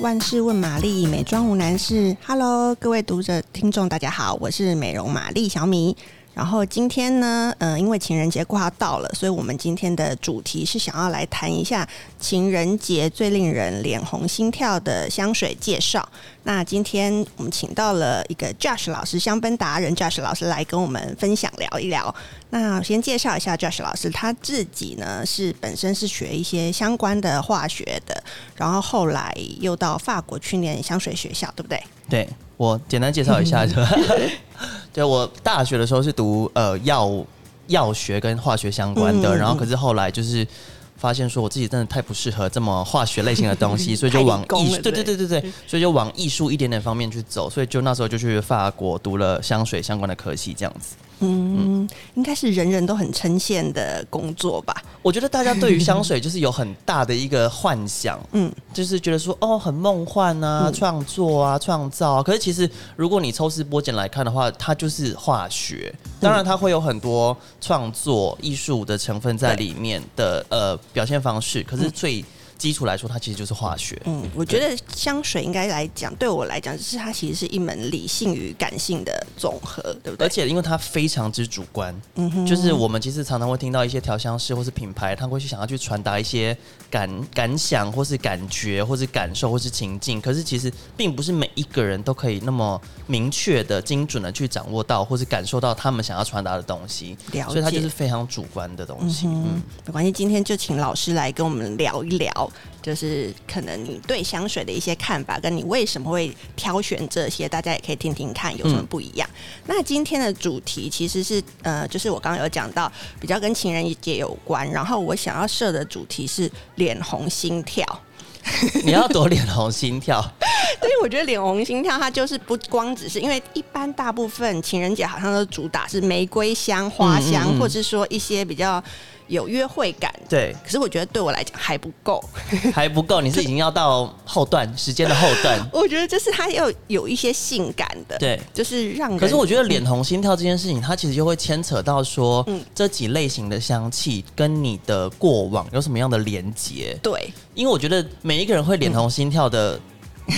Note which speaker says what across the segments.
Speaker 1: 万事问玛丽，美妆无难事。Hello，各位读者听众，大家好，我是美容玛丽小米。然后今天呢，嗯、因为情人节快要到了，所以我们今天的主题是想要来谈一下情人节最令人脸红心跳的香水介绍。那今天我们请到了一个 Josh 老师，香氛达人 Josh 老师来跟我们分享聊一聊。那我先介绍一下 Josh 老师，他自己呢是本身是学一些相关的化学的，然后后来又到法国去念香水学校，对不对？
Speaker 2: 对我简单介绍一 下，就 就我大学的时候是读呃药药学跟化学相关的，
Speaker 1: 嗯嗯嗯
Speaker 2: 然后可是后来就是发现说我自己真的太不适合这么化学类型的东 西，所以就往
Speaker 1: 太理工
Speaker 2: 艺
Speaker 1: 了
Speaker 2: 术对
Speaker 1: 对
Speaker 2: 对对对对，所以就往艺术一点点方面去走，所以就那时候就去法国读了香水相关的科系这样子。
Speaker 1: 嗯，应该是人人都很称羡的工作吧？
Speaker 2: 我觉得大家对于香水就是有很大的一个幻想，
Speaker 1: 嗯
Speaker 2: 嗯，就是觉得说哦很梦幻啊，创、作啊，创造啊。可是其实如果你抽丝剥茧来看的话，它就是化学，当然它会有很多创作艺术的成分在里面的呃表现方式，可是最基础来说，它其实就是化学。
Speaker 1: 嗯，我觉得香水应该来讲，对我来讲，就是它其实是一门理性与感性的总和，对不对
Speaker 2: 而？且因为它非常之主观，
Speaker 1: 嗯
Speaker 2: 就是我们其实常常会听到一些调香师或是品牌，他会去想要去传达一些感感想或是感觉或是感受或是情境，可是其实并不是每一个人都可以那么明确的、精准的去掌握到或是感受到他们想要传达的东西，
Speaker 1: 了解
Speaker 2: 所以它就是非常主观的东西。嗯，
Speaker 1: 没关系，今天就请老师来跟我们聊一聊，就是可能你对香水的一些看法，跟你为什么会挑选这些，大家也可以听听看有什么不一样。那今天的主题其实是呃，就是我刚刚有讲到比较跟情人节有关，然后我想要设的主题是脸红心跳。
Speaker 2: 你要多脸红心跳，
Speaker 1: 所以我觉得脸红心跳，它就是不光只是因为一般大部分情人节好像都主打是玫瑰香、花香，
Speaker 2: 嗯嗯嗯
Speaker 1: 或者是说一些比较有约会感。
Speaker 2: 对，
Speaker 1: 可是我觉得对我来讲还不够，。
Speaker 2: 还不够，你是已经要到后段时间的后段
Speaker 1: 我觉得就是它要有一些性感的，，
Speaker 2: 对，
Speaker 1: 就是让人。
Speaker 2: 可是我觉得脸红心跳这件事情，它其实就会牵扯到说，
Speaker 1: 嗯
Speaker 2: 这几类型的香气跟你的过往有什么样的连结？
Speaker 1: 对
Speaker 2: 因为我觉得每一个人会
Speaker 1: 嗯
Speaker 2: 脸红心跳的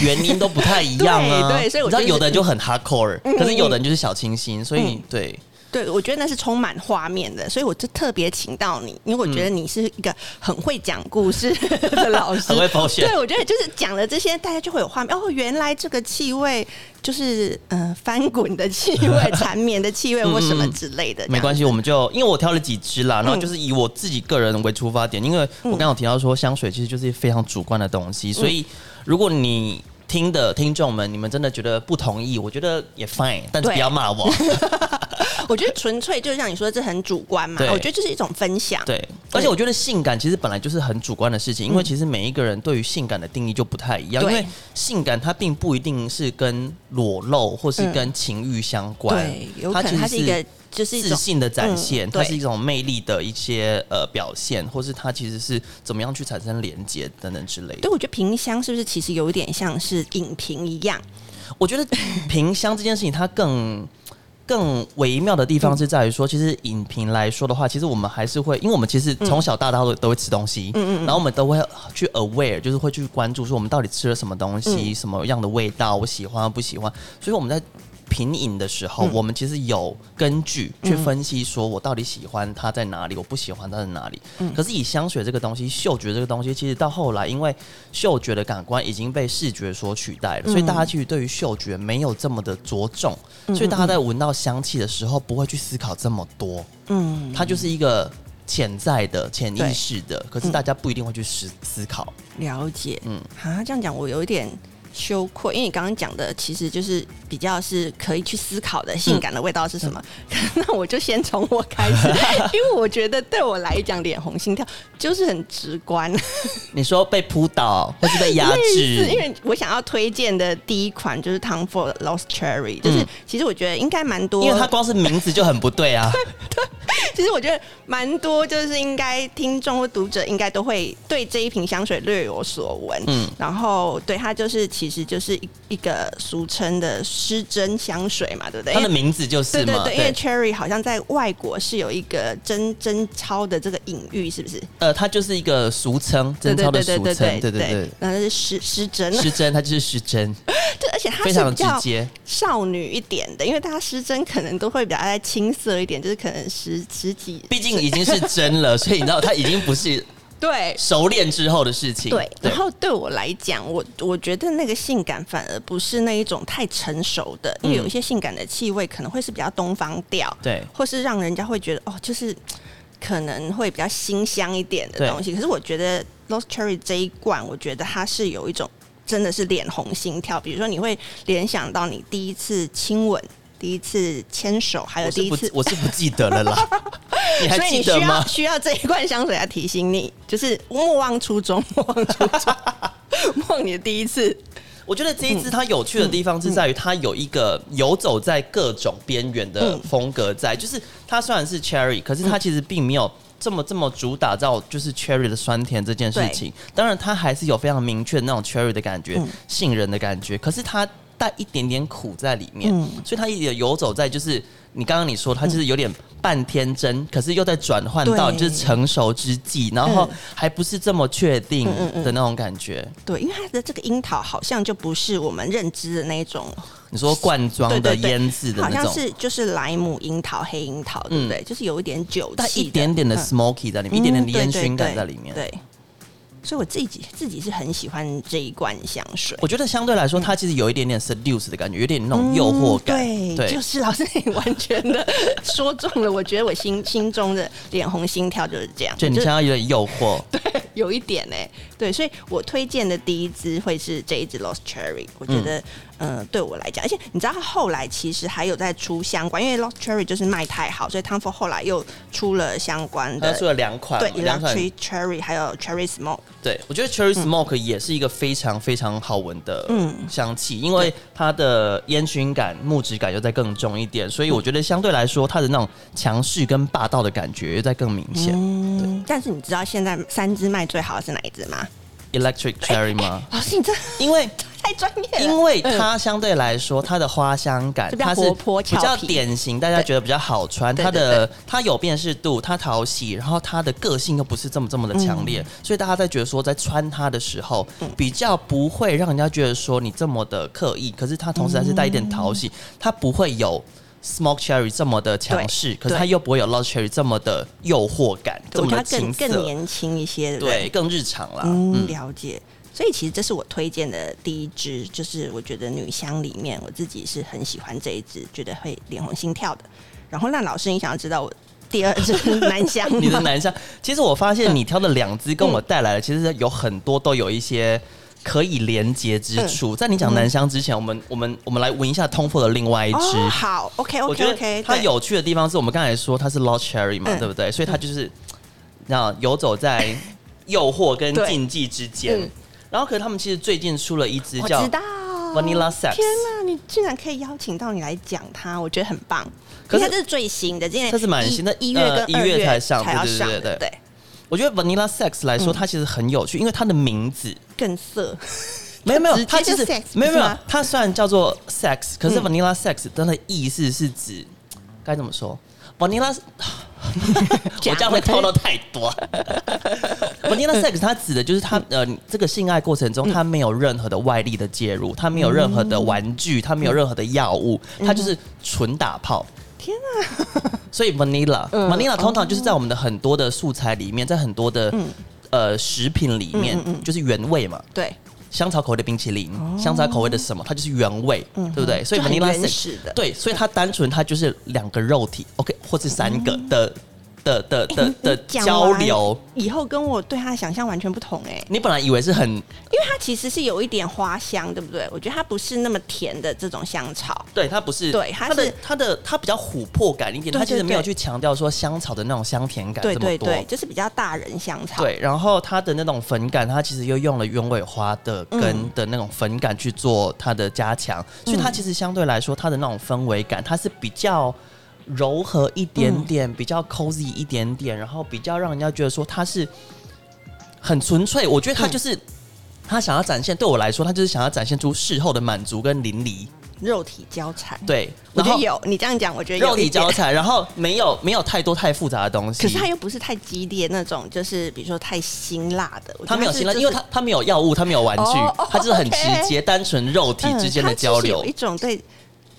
Speaker 2: 原因都不太一样啊。
Speaker 1: 对对所以我
Speaker 2: 你知道
Speaker 1: 觉得是
Speaker 2: 有的人就很 hardcore，、
Speaker 1: 嗯
Speaker 2: 可是有的人就是小清新，所以你对
Speaker 1: 对，我觉得那是充满画面的，所以我就特别请到你，因为我觉得你是一个很会讲故事 的老师
Speaker 2: 很，会剖选
Speaker 1: 对，。我觉得就是讲了这些，大家就会有画面。哦，原来这个气味就是呃翻滚的气 味、缠绵的气味或什么之类的。
Speaker 2: 嗯没关
Speaker 1: 系，
Speaker 2: 系，我们就因为我挑了几支啦，然
Speaker 1: 嗯
Speaker 2: 后就是以我自己个人为出发点，因为我刚刚有提到说香水其实就是非常主观的东西，所
Speaker 1: 嗯
Speaker 2: 以如果你听的听众们，你们真的觉得不同意，我觉得也 fine，但是
Speaker 1: 对
Speaker 2: 不要骂我。
Speaker 1: 我觉得纯粹就是像你说，这很主观嘛。
Speaker 2: 对
Speaker 1: 我觉得这是一种分享。
Speaker 2: 对，而且我觉得性感其实本来就是很主观的事情，因为其实每一个人对于性感的定义就不太一样，
Speaker 1: 嗯
Speaker 2: 因
Speaker 1: 对
Speaker 2: 为性感它并不一定是跟裸露或是跟情欲相关，
Speaker 1: 嗯对，有可能它
Speaker 2: 它
Speaker 1: 是
Speaker 2: 其实
Speaker 1: 一个就是一
Speaker 2: 自
Speaker 1: 种
Speaker 2: 信的展现，
Speaker 1: 嗯
Speaker 2: 它
Speaker 1: 对
Speaker 2: 是一种魅力的一些呃表现，或是它其实是怎么样去产生连接等等之类的
Speaker 1: 对，。我觉得评香是不是其实有一点像是影评一样？
Speaker 2: 我觉得评香这件事情，它更更微妙的地方是在于说，其实影评来说的话，其实我们还是会，因为我们其实从小到大都都会吃东西，然后我们都会去 aware，就是会去关注说我们到底吃了什么东西，什么样的味道，我喜欢不喜欢，所以我们在。品饮的时候，我们其实有根据去分析，说我到底喜欢它在哪里，我不喜欢它在哪里。可是以香水这个东西，嗅觉这个东西，其实到后来，因为嗅觉的感官已经被视觉所取代了，所以大家其实对于嗅觉没有这么的着重，
Speaker 1: 嗯
Speaker 2: 所以大家在闻到香气的时候，不会去思考这么多。
Speaker 1: 嗯，
Speaker 2: 它就是一个潜在的、潜
Speaker 1: 对嗯
Speaker 2: 意识的，可是大家不一定会去思思考。
Speaker 1: 了解。嗯
Speaker 2: 嗯，
Speaker 1: 啊，这样讲我有一点羞愧，因为你刚刚讲的其实就是比较是可以去思考的
Speaker 2: 嗯
Speaker 1: 性感的味道是什么。 那我就先从我开 始，因为我觉得对我来讲，脸红心跳就是很直观。
Speaker 2: 你说被扑倒或是 被 压
Speaker 1: 是因
Speaker 2: 制，
Speaker 1: 为我想要推荐的第一款就是 Tom Ford Lost Cherry，就是、
Speaker 2: 嗯
Speaker 1: 其实我觉得应该蛮多，
Speaker 2: 因为它光是名字就很不对啊。
Speaker 1: 其实我觉得蛮多，就是应该听众或读者应该都会对这一瓶香水略有所闻。嗯，然后对它就是其实就是一一个俗称的失真香水嘛，对 不对？
Speaker 2: 它的
Speaker 1: 因为
Speaker 2: 名字就是
Speaker 1: 对对
Speaker 2: 嘛，
Speaker 1: 对，因为 cherry 好像在外国是有一个真真超的这个隐喻，是不是？
Speaker 2: 呃，它就是一个俗称，
Speaker 1: 对
Speaker 2: 贞
Speaker 1: 对
Speaker 2: 操的
Speaker 1: 对
Speaker 2: 俗
Speaker 1: 对对
Speaker 2: 称，对对
Speaker 1: 对
Speaker 2: 对，，
Speaker 1: 然后是失失真，
Speaker 2: 失真，它就是失真，
Speaker 1: 对，而且它
Speaker 2: 非
Speaker 1: 是
Speaker 2: 常
Speaker 1: 比
Speaker 2: 直
Speaker 1: 较
Speaker 2: 接。
Speaker 1: 少女一点的，因为大家失真可能都会比较爱青涩一点，就是可能十十几
Speaker 2: 毕竟已经是真了，所以你知道它已经不是
Speaker 1: 对
Speaker 2: 熟练之后的事情。
Speaker 1: 对。然后对我来讲，我我觉得那个性感反而不是那一种太成熟的，因为
Speaker 2: 嗯
Speaker 1: 有一些性感的气味可能会是比较东方调，
Speaker 2: 对
Speaker 1: 或是让人家会觉得哦，就是可能会比较新香一点的
Speaker 2: 对
Speaker 1: 东西。可是我觉得 Lost Cherry 这一罐，我觉得它是有一种真的是脸红心跳，比如说你会联想到你第一次亲吻。第一次牵手，还有
Speaker 2: 我
Speaker 1: 第
Speaker 2: 是
Speaker 1: 一
Speaker 2: 不
Speaker 1: 次，
Speaker 2: 我是不记得 了啦，你还
Speaker 1: 所以
Speaker 2: 记
Speaker 1: 你需
Speaker 2: 得
Speaker 1: 要
Speaker 2: 吗？
Speaker 1: 需要这一罐香水来提醒你，就是莫忘初衷，莫忘初 衷，莫忘你的第一次。
Speaker 2: 我觉得这一
Speaker 1: 嗯
Speaker 2: 支它有趣的地方是在于它有一个游走在各种边缘
Speaker 1: 嗯
Speaker 2: 的风格在，就是它虽然是 cherry，可是它其实并没有这么这么主打到就是 cherry 的酸甜这件事情。当然，它还是有非常明确的那种 cherry 的感
Speaker 1: 嗯
Speaker 2: 觉、杏仁的感觉，可是它带一点点苦在里面，
Speaker 1: 嗯
Speaker 2: 所以它一点游走在就是你刚刚你说它就是有点半天真，可是又在转换到
Speaker 1: 对
Speaker 2: 就是成熟之际，然后
Speaker 1: 嗯
Speaker 2: 还不是这么确定
Speaker 1: 嗯嗯
Speaker 2: 的那种感觉。
Speaker 1: 对，因为它的这个樱桃好像就不是我们认知的那种
Speaker 2: 你说罐装的
Speaker 1: 对对对
Speaker 2: 腌制的
Speaker 1: 好
Speaker 2: 那
Speaker 1: 像
Speaker 2: 种，嗯
Speaker 1: 是就是莱姆樱桃、黑樱桃，对不对？就是有一点酒
Speaker 2: 带
Speaker 1: 气
Speaker 2: 一
Speaker 1: 的，
Speaker 2: 点点的 smoky 在里面，一点点的
Speaker 1: 嗯
Speaker 2: 烟
Speaker 1: 对
Speaker 2: 熏感
Speaker 1: 对
Speaker 2: 在里面。
Speaker 1: 对，所以我自己自己是很喜欢这一罐香水。
Speaker 2: 我觉得相对来说，它其实有一点点 seduce 的感觉，有点那种诱惑感。
Speaker 1: 嗯对，
Speaker 2: 对
Speaker 1: 就是老师你完全的 说中了，我觉得我心心中的脸红心跳就是这样，
Speaker 2: 就你
Speaker 1: 就
Speaker 2: 现在有点诱惑。
Speaker 1: 有一点哎、对，所以我推荐的第一支会是这一支 Lost Cherry，我觉得，嗯、对我来讲，而且你知道它后来其实还有在出相关，因为 Lost Cherry 就是卖太好，所以 Tom Ford 后来又出了相关
Speaker 2: 它
Speaker 1: 的
Speaker 2: 出了两款
Speaker 1: 对
Speaker 2: 嘛，两款
Speaker 1: Electric Cherry 还有 Cherry Smoke，
Speaker 2: 对，我觉得 cherry
Speaker 1: 嗯
Speaker 2: smoke 也是一个非常非常好闻的香气，因为它的烟熏感、木质感又再更重一
Speaker 1: 嗯
Speaker 2: 点，所以我觉得相对来说，它的那种强势跟霸道的感觉又再更明显。
Speaker 1: 嗯，但是你知道现在三支卖最好的是哪一支吗？
Speaker 2: Electric cherry 吗？
Speaker 1: 老哦师，你这
Speaker 2: 因为
Speaker 1: 太专业了，嗯
Speaker 2: 因为它相对来说，它的花香
Speaker 1: 就
Speaker 2: 感，
Speaker 1: 比较
Speaker 2: 它是
Speaker 1: 活泼
Speaker 2: 比较
Speaker 1: 俏皮
Speaker 2: 典型，大家觉得比较好穿。
Speaker 1: 对
Speaker 2: 它
Speaker 1: 对
Speaker 2: 的它有辨识度，它讨喜，然后它的个性又不是这么这么的强
Speaker 1: 嗯
Speaker 2: 烈，所以大家在觉得说，在穿它的时候，比较不会让人家觉得说你这么的刻意，可是它同时还是带一点讨
Speaker 1: 嗯
Speaker 2: 喜，它不会有。Smoke cherry 这么的强势，可是它
Speaker 1: 对
Speaker 2: 又不会有 Love cherry 这么的诱惑感，这
Speaker 1: 我
Speaker 2: 么
Speaker 1: 觉
Speaker 2: 的
Speaker 1: 得它更
Speaker 2: 青涩，
Speaker 1: 更年轻一些，对不对
Speaker 2: 对，更日常啦。
Speaker 1: 嗯，了解。所以其实这是我推荐的第一支，就是我觉得女香里面我自己是很喜欢这一支，觉得会脸红心跳的。然后那老师，你想要知道我第二支男香
Speaker 2: 你的
Speaker 1: 吗？
Speaker 2: 男香，其实我发
Speaker 1: 嗯
Speaker 2: 现你挑的两支跟我带来的，其实有很多都有一些可以连接之
Speaker 1: 嗯
Speaker 2: 处。在你讲男香之前，我们我们我们来闻一下通破的另外一支。
Speaker 1: 哦，好，OK
Speaker 2: 我
Speaker 1: OK
Speaker 2: 觉得
Speaker 1: OK，
Speaker 2: 它有趣的地方是我们刚才说它是 Lost Cherry 嘛，
Speaker 1: 嗯
Speaker 2: 对不对？所以它就是那游 走在诱惑跟
Speaker 1: 对
Speaker 2: 禁忌之间
Speaker 1: 嗯。
Speaker 2: 然后，可是他们其实最近出了一支
Speaker 1: 我
Speaker 2: 叫
Speaker 1: 知道
Speaker 2: Vanilla Sex
Speaker 1: 天哪，你竟然可以邀请到你来讲它，我觉得很棒。
Speaker 2: 可
Speaker 1: 因
Speaker 2: 是
Speaker 1: 为它这是最新的，今年
Speaker 2: 这是蛮
Speaker 1: 一
Speaker 2: 新的
Speaker 1: 一
Speaker 2: 呃
Speaker 1: 月跟
Speaker 2: 一
Speaker 1: 二
Speaker 2: 月才上
Speaker 1: 才要
Speaker 2: 对对
Speaker 1: 上
Speaker 2: 对
Speaker 1: 的，
Speaker 2: 对
Speaker 1: 对，
Speaker 2: 我觉得 Vanilla Sex 来说，
Speaker 1: 嗯
Speaker 2: 它其实很有趣，因为它的名字
Speaker 1: 更色，
Speaker 2: 没有没有，
Speaker 1: 直
Speaker 2: 它
Speaker 1: 接就
Speaker 2: 其实
Speaker 1: sex，
Speaker 2: 没有
Speaker 1: 不是
Speaker 2: 没有
Speaker 1: 吗，
Speaker 2: 它虽然叫做 sex，可是
Speaker 1: 嗯
Speaker 2: vanilla sex 它的意思是指该怎么说？vanilla，我这样会透露太 多。vanilla sex 它指的就是它
Speaker 1: 嗯
Speaker 2: 呃这个性爱过程中，它没有任何的外力的介入，它没有任何的玩
Speaker 1: 嗯
Speaker 2: 具，它没有任何的药物，它就是纯打炮。
Speaker 1: 天哪！
Speaker 2: 所以 vanilla、
Speaker 1: 嗯
Speaker 2: vanilla 通常就是在我们的很多的素材里面，在很多的、
Speaker 1: 嗯
Speaker 2: 呃食品里面，就是原味嘛。
Speaker 1: 对，
Speaker 2: 香草口味的冰淇淋，香草口味的什么，它就是原味，对不对？所以
Speaker 1: 哦嗯就很
Speaker 2: vanilla
Speaker 1: 原
Speaker 2: sex
Speaker 1: 始的，
Speaker 2: 对，所以它单纯它就是两个肉体，OK，或是三
Speaker 1: 哦
Speaker 2: 个的的的的的
Speaker 1: 讲
Speaker 2: 交
Speaker 1: 完
Speaker 2: 流。
Speaker 1: 以后跟我对他的想象完全不同哎、
Speaker 2: 你本来以为是很
Speaker 1: 因为它其实是有一点花香，对不对？我觉得它不是那么甜的这种香草，
Speaker 2: 对，它不是
Speaker 1: 对它
Speaker 2: 它的
Speaker 1: 是
Speaker 2: 它的它比较琥珀感一点，
Speaker 1: 对
Speaker 2: 它其实
Speaker 1: 对
Speaker 2: 没有
Speaker 1: 对
Speaker 2: 去强调说香草的那种香甜感
Speaker 1: 对
Speaker 2: 啊这
Speaker 1: 对
Speaker 2: 么多。
Speaker 1: 对，就是比较大人香草，
Speaker 2: 对，然后它的那种粉感，它其实又用了鸢尾花的
Speaker 1: 嗯
Speaker 2: 根的那种粉感去做它的加强，所以它其实相对来说，它的那种氛围感，它是比较柔和一点点，
Speaker 1: 嗯
Speaker 2: 比较 cozy 一点点，然后比较让人家觉得说它是很纯粹。我觉得它
Speaker 1: 嗯
Speaker 2: 就是、他想要展现，对我来说，他就是想要展现出事后的满足跟淋漓。
Speaker 1: 肉体交缠。，
Speaker 2: 对，
Speaker 1: 我
Speaker 2: 然
Speaker 1: 觉
Speaker 2: 后
Speaker 1: 得有，你这样讲，我觉得有
Speaker 2: 肉体
Speaker 1: 一点
Speaker 2: 交。缠，然后没有没有太多太复杂的东西。
Speaker 1: 可是它又不是太激烈那种，就是比如说太辛辣的。我觉得
Speaker 2: 他没有辛辣，
Speaker 1: 是
Speaker 2: 因为
Speaker 1: 就是
Speaker 2: 他他没有药物，他没有玩具
Speaker 1: 哦哦，
Speaker 2: 他就是很
Speaker 1: OK
Speaker 2: 直接、单纯肉体之间
Speaker 1: 嗯
Speaker 2: 的
Speaker 1: 它就是
Speaker 2: 交流
Speaker 1: 有一。种对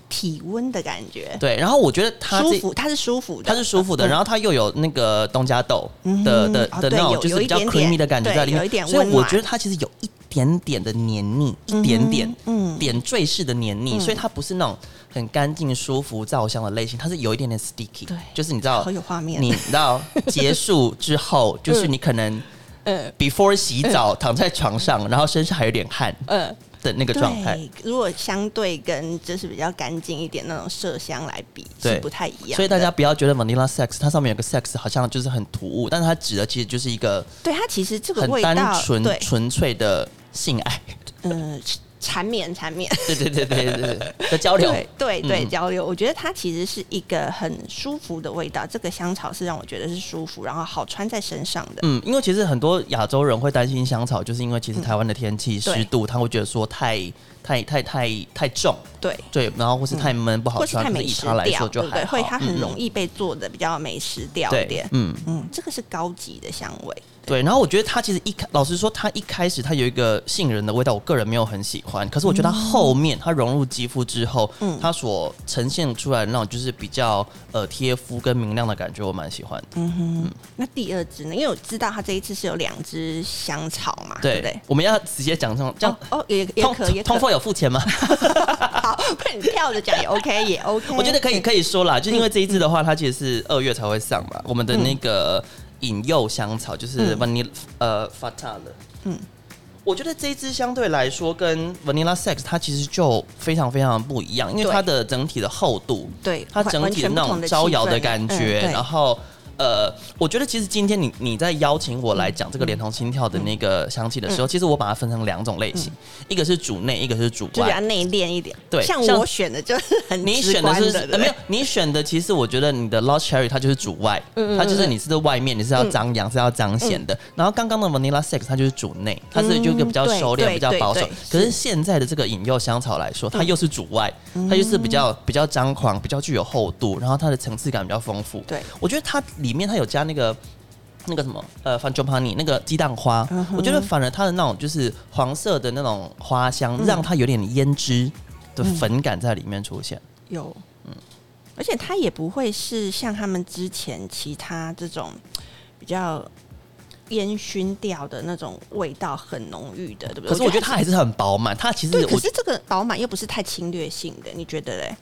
Speaker 1: 体温的感觉，
Speaker 2: 对，然后我觉得他
Speaker 1: 舒
Speaker 2: 这
Speaker 1: 服，它是舒服的，
Speaker 2: 它是舒服的，
Speaker 1: 嗯
Speaker 2: 然后它又有那个东加豆
Speaker 1: 嗯
Speaker 2: 的的
Speaker 1: 哦
Speaker 2: 的
Speaker 1: 对
Speaker 2: 那种
Speaker 1: 有
Speaker 2: 就是
Speaker 1: 有一
Speaker 2: 比较
Speaker 1: 点点
Speaker 2: creamy 的感觉
Speaker 1: 对
Speaker 2: 在里面
Speaker 1: 有一点，
Speaker 2: 所以
Speaker 1: 温
Speaker 2: 我
Speaker 1: 暖
Speaker 2: 觉得它其实有一点点的黏腻，一点点，嗯，点缀式的黏
Speaker 1: 嗯
Speaker 2: 腻，所以它不是那种很干净、舒服、皂香的类型，它是有一点点 sticky，
Speaker 1: 对
Speaker 2: 就是你知道
Speaker 1: 好，有画面。
Speaker 2: 你知 道结束之后，就是你可能
Speaker 1: 嗯
Speaker 2: before 洗 澡躺在床上，然后身上还有点汗
Speaker 1: 嗯，
Speaker 2: 的那个状态，
Speaker 1: 对，如果相对跟就是比较干净一点那种麝香来比
Speaker 2: 对
Speaker 1: 是不太一样，
Speaker 2: 所以大家不要觉得 vanilla sex 它上面有个 sex 好像就是很突兀，但是它指的其实就是一个。
Speaker 1: 对它其实这个
Speaker 2: 很
Speaker 1: 味
Speaker 2: 单
Speaker 1: 道，
Speaker 2: 纯
Speaker 1: 对，
Speaker 2: 纯粹的性爱，
Speaker 1: 嗯，缠绵缠绵，
Speaker 2: 对对对对对对的交流。
Speaker 1: 对对
Speaker 2: 嗯
Speaker 1: 对，交流，我觉得它其实是一个很舒服的味道，这个香草是让我觉得是舒服，然后好穿在身上的，
Speaker 2: 嗯，因为其实很多亚洲人会担心香草，就是因为其实台湾的天气
Speaker 1: 对
Speaker 2: 湿度，他会觉得说太太太太太重，
Speaker 1: 对。
Speaker 2: 对，然后或是太闷不好
Speaker 1: 或是
Speaker 2: 穿，
Speaker 1: 太
Speaker 2: 可
Speaker 1: 美
Speaker 2: 以
Speaker 1: 食
Speaker 2: 它来
Speaker 1: 调，
Speaker 2: 说
Speaker 1: 对
Speaker 2: 就
Speaker 1: 不
Speaker 2: 还
Speaker 1: 对？
Speaker 2: 好，
Speaker 1: 会它很容
Speaker 2: 易
Speaker 1: 易被做的比较美食调一
Speaker 2: 对
Speaker 1: 点，。
Speaker 2: 嗯。
Speaker 1: 嗯，这个是高级的香味。
Speaker 2: 对，然后我觉得它其实一开，老实说，它一开始它有一个杏仁的味道，我个人没有很喜欢。可是我觉得它后
Speaker 1: 嗯
Speaker 2: 面它融入肌肤之后，它所呈现出来的那种就是比较呃贴肤跟明亮的感觉，我蛮喜欢
Speaker 1: 嗯
Speaker 2: 的。
Speaker 1: 那第二支呢？因为我知道它这一次是有两支香草嘛，对
Speaker 2: 对，
Speaker 1: 不对？
Speaker 2: 我们要直接讲这种这样
Speaker 1: 哦。哦，也也
Speaker 2: 通
Speaker 1: 可也可
Speaker 2: 通，通有付钱吗？
Speaker 1: 好， 不然你跳着讲也 OK 也 OK。
Speaker 2: 我觉得可以可以说啦，就因为这一支的话，它其实是二月才会上嘛。我们的那个引诱香草就是 vanilla、呃 fata 的，嗯，我觉得这一支相对来说跟 vanilla sex 它其实就非常非常不一样，因为
Speaker 1: 对
Speaker 2: 它的整体的厚度，
Speaker 1: 对，
Speaker 2: 它
Speaker 1: 完
Speaker 2: 整体的那种招摇的
Speaker 1: 嗯
Speaker 2: 嗯感觉，然。后。呃，我觉得其实今天你你在邀请我来讲这个连同心跳的那个香气的时候，其实我把它分成两种类型，一个是主内，一个嗯是主
Speaker 1: 完全不同的气氛就比较。
Speaker 2: 外
Speaker 1: 内敛一点，
Speaker 2: 对
Speaker 1: 像
Speaker 2: 像
Speaker 1: 我选的 就是很
Speaker 2: 你
Speaker 1: 直
Speaker 2: 选的
Speaker 1: 观
Speaker 2: 是
Speaker 1: 的
Speaker 2: 呃、没有
Speaker 1: 对，
Speaker 2: 你选的其实我觉得你的 Lost Cherry 它就是主外，
Speaker 1: 嗯
Speaker 2: 它就是你是在外面，你是要张扬、是要彰显的。然后刚刚的 Vanilla Sex 它就是主内，它是就一个比较
Speaker 1: 对
Speaker 2: 收敛、
Speaker 1: 嗯对
Speaker 2: 比较保守
Speaker 1: 对对。嗯
Speaker 2: 可是现在的这个引诱香草来说，它又是主外，它又是比较比较张狂、比较具有厚度，然后它的层次感比较丰富。
Speaker 1: 对
Speaker 2: 我觉得它里面它有加那个。那个什么，呃 f a n j o p a n i 那个鸡蛋花，
Speaker 1: 嗯
Speaker 2: 我觉得反而它的那种就是黄色的那种花香，
Speaker 1: 嗯
Speaker 2: 让它有点胭脂的粉感在里面出现。
Speaker 1: 有，嗯，而且它也不会是像他们之前其他这种比较烟熏调的那种味道很浓郁的，对不对？
Speaker 2: 可是我觉得它还是很饱满，它其实
Speaker 1: 对，可
Speaker 2: 我
Speaker 1: 是这个饱满又不是太侵略性的，你觉得嘞？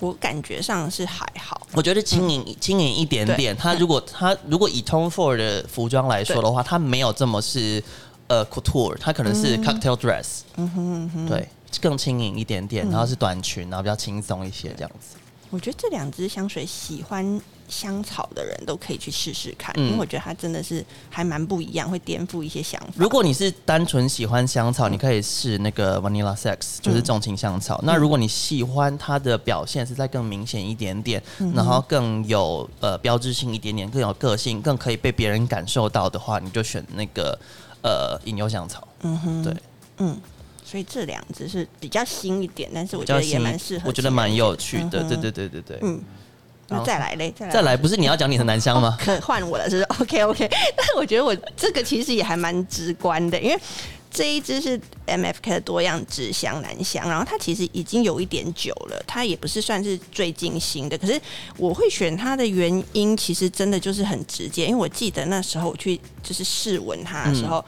Speaker 1: 我感觉上是还好，
Speaker 2: 我觉得轻
Speaker 1: 嗯
Speaker 2: 盈轻盈一点点。它如果它如果以 Tom Ford 的服装来说的话，它没有这么是呃 couture，它可能是
Speaker 1: 嗯
Speaker 2: cocktail dress，对，更轻盈一点点，
Speaker 1: 嗯
Speaker 2: 然后是短裙，然后比较轻松一些这样子。
Speaker 1: 我觉得这两支香水喜欢香草的人都可以去试试看，
Speaker 2: 嗯
Speaker 1: 因为我觉得它真的是还蛮不一样，会颠覆一些想法。
Speaker 2: 如果你是单纯喜欢香草，你可以试那个 Vanilla
Speaker 1: 嗯
Speaker 2: Sex，就是重情香草。那如果你喜欢它的表现是再更明显一点点，
Speaker 1: 嗯
Speaker 2: 然后更有呃标志性一点点，更有个性，更可以被别人感受到的话，你就选那个呃引诱香草。嗯哼，对，
Speaker 1: 所以这两支是比较新一点，但是我
Speaker 2: 比
Speaker 1: 觉
Speaker 2: 较
Speaker 1: 得也
Speaker 2: 新
Speaker 1: 蛮适合，
Speaker 2: 我觉得蛮。有趣的。对对对对对，
Speaker 1: 嗯那再来嘞，再来，
Speaker 2: 再来，不是你要讲你很难香吗？
Speaker 1: 哦可换我了，是 不是 OK OK。但我觉得我这个其实也还蛮直观的，因为这一支是 MFK 的多样纸香兰香，然后它其实已经有一点久了，它也不是算是最近新的。可是我会选它的原因，其实真的就是很直接，因为我记得那时候我去就是试闻它的时候。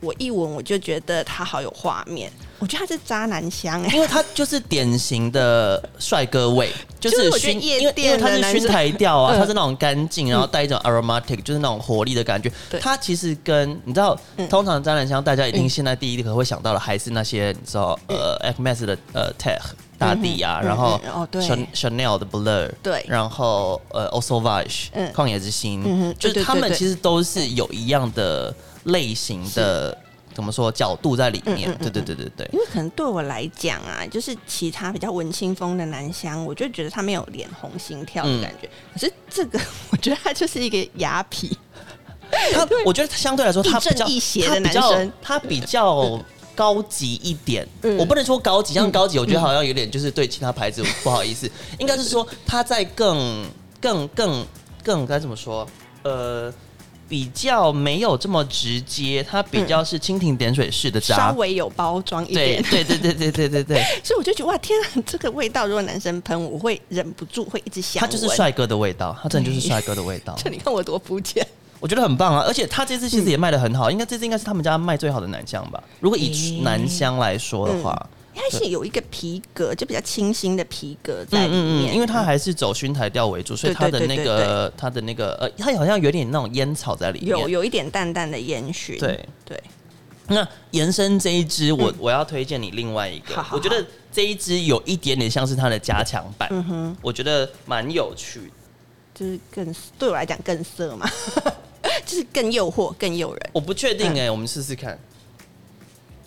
Speaker 1: 我一闻我就觉得它好有画面，我觉得它是渣男香哎、
Speaker 2: 因为它就是典型的帅 哥味，就是
Speaker 1: 我觉得
Speaker 2: 熏，
Speaker 1: 夜
Speaker 2: 因为因为
Speaker 1: 店的
Speaker 2: 它是
Speaker 1: 男
Speaker 2: 熏
Speaker 1: 生
Speaker 2: 台调啊，
Speaker 1: 嗯
Speaker 2: 它是那种干净，然后带一种 aromatic，就是那种活力的感觉
Speaker 1: 对。嗯
Speaker 2: 它其实跟你知道，通常沾染香，大家一定现在第一个会想到的还是那些你知道呃 a c m a s 的呃 Tech 大地啊，
Speaker 1: 嗯
Speaker 2: 然后
Speaker 1: 嗯哦对
Speaker 2: Chan- Chanel 的 Blur，
Speaker 1: 对
Speaker 2: 然后呃 o s o v a g
Speaker 1: 嗯
Speaker 2: e 旷野之心
Speaker 1: 嗯哼，
Speaker 2: 就是
Speaker 1: 对对
Speaker 2: 他们
Speaker 1: 对对
Speaker 2: 其实都是有一样的类型的怎么说角度在里
Speaker 1: 嗯
Speaker 2: 面。
Speaker 1: 嗯嗯
Speaker 2: 对对对对对，
Speaker 1: 因为可能对我来讲啊，就是其他比较文青风的男香，我就觉得他没有脸红心跳的
Speaker 2: 嗯
Speaker 1: 感觉。可是这个，我觉得他就是一个雅痞，
Speaker 2: 他我觉得相对来说他比较
Speaker 1: 亦正亦邪的
Speaker 2: 他比
Speaker 1: 男
Speaker 2: 较
Speaker 1: 生
Speaker 2: 他比较高级一点。
Speaker 1: 嗯
Speaker 2: 我不能说高级，像高级，我觉得好像有点就是对其他牌子不好意思，
Speaker 1: 嗯
Speaker 2: 应该是说他在更更更更该怎么说？呃。比较没有这么直接，他比较是蜻蜓点水式的渣，
Speaker 1: 嗯稍微有包装一
Speaker 2: 对
Speaker 1: 点，
Speaker 2: 对对对对对对 对，
Speaker 1: 所以我就觉得哇，天啊，这个味道，如果男生喷，我会忍不住会一直想。
Speaker 2: 他就是，帅哥的味道，他真的就是帅哥的味道，
Speaker 1: 就你看我多肤浅。
Speaker 2: 我觉得很棒啊！而且他这次其实也卖的很好，
Speaker 1: 嗯
Speaker 2: 应该这次应该是他们家卖最好的男香吧？如果以
Speaker 1: 诶
Speaker 2: 男香来说的话，
Speaker 1: 它是有一个皮革，就比较清新的皮革在里
Speaker 2: 嗯嗯
Speaker 1: 面，
Speaker 2: 嗯，因为他还是走熏台调为主，所以
Speaker 1: 对
Speaker 2: 他的
Speaker 1: 对
Speaker 2: 那
Speaker 1: 对
Speaker 2: 个他的那个呃，他好像有点那种烟草在里面，
Speaker 1: 有有一点淡淡的烟熏。
Speaker 2: 对。
Speaker 1: 对，
Speaker 2: 那延伸这一支，我、
Speaker 1: 嗯
Speaker 2: 我要推荐你另外一个，
Speaker 1: 好好好
Speaker 2: 我觉得这一支有一点点像是它的加强版，
Speaker 1: 嗯
Speaker 2: 我觉得蛮有趣的。
Speaker 1: 就是更对我来讲更色嘛， 就是更诱惑、更诱人。
Speaker 2: 我不确
Speaker 1: 嗯
Speaker 2: 定哎、我们试试看。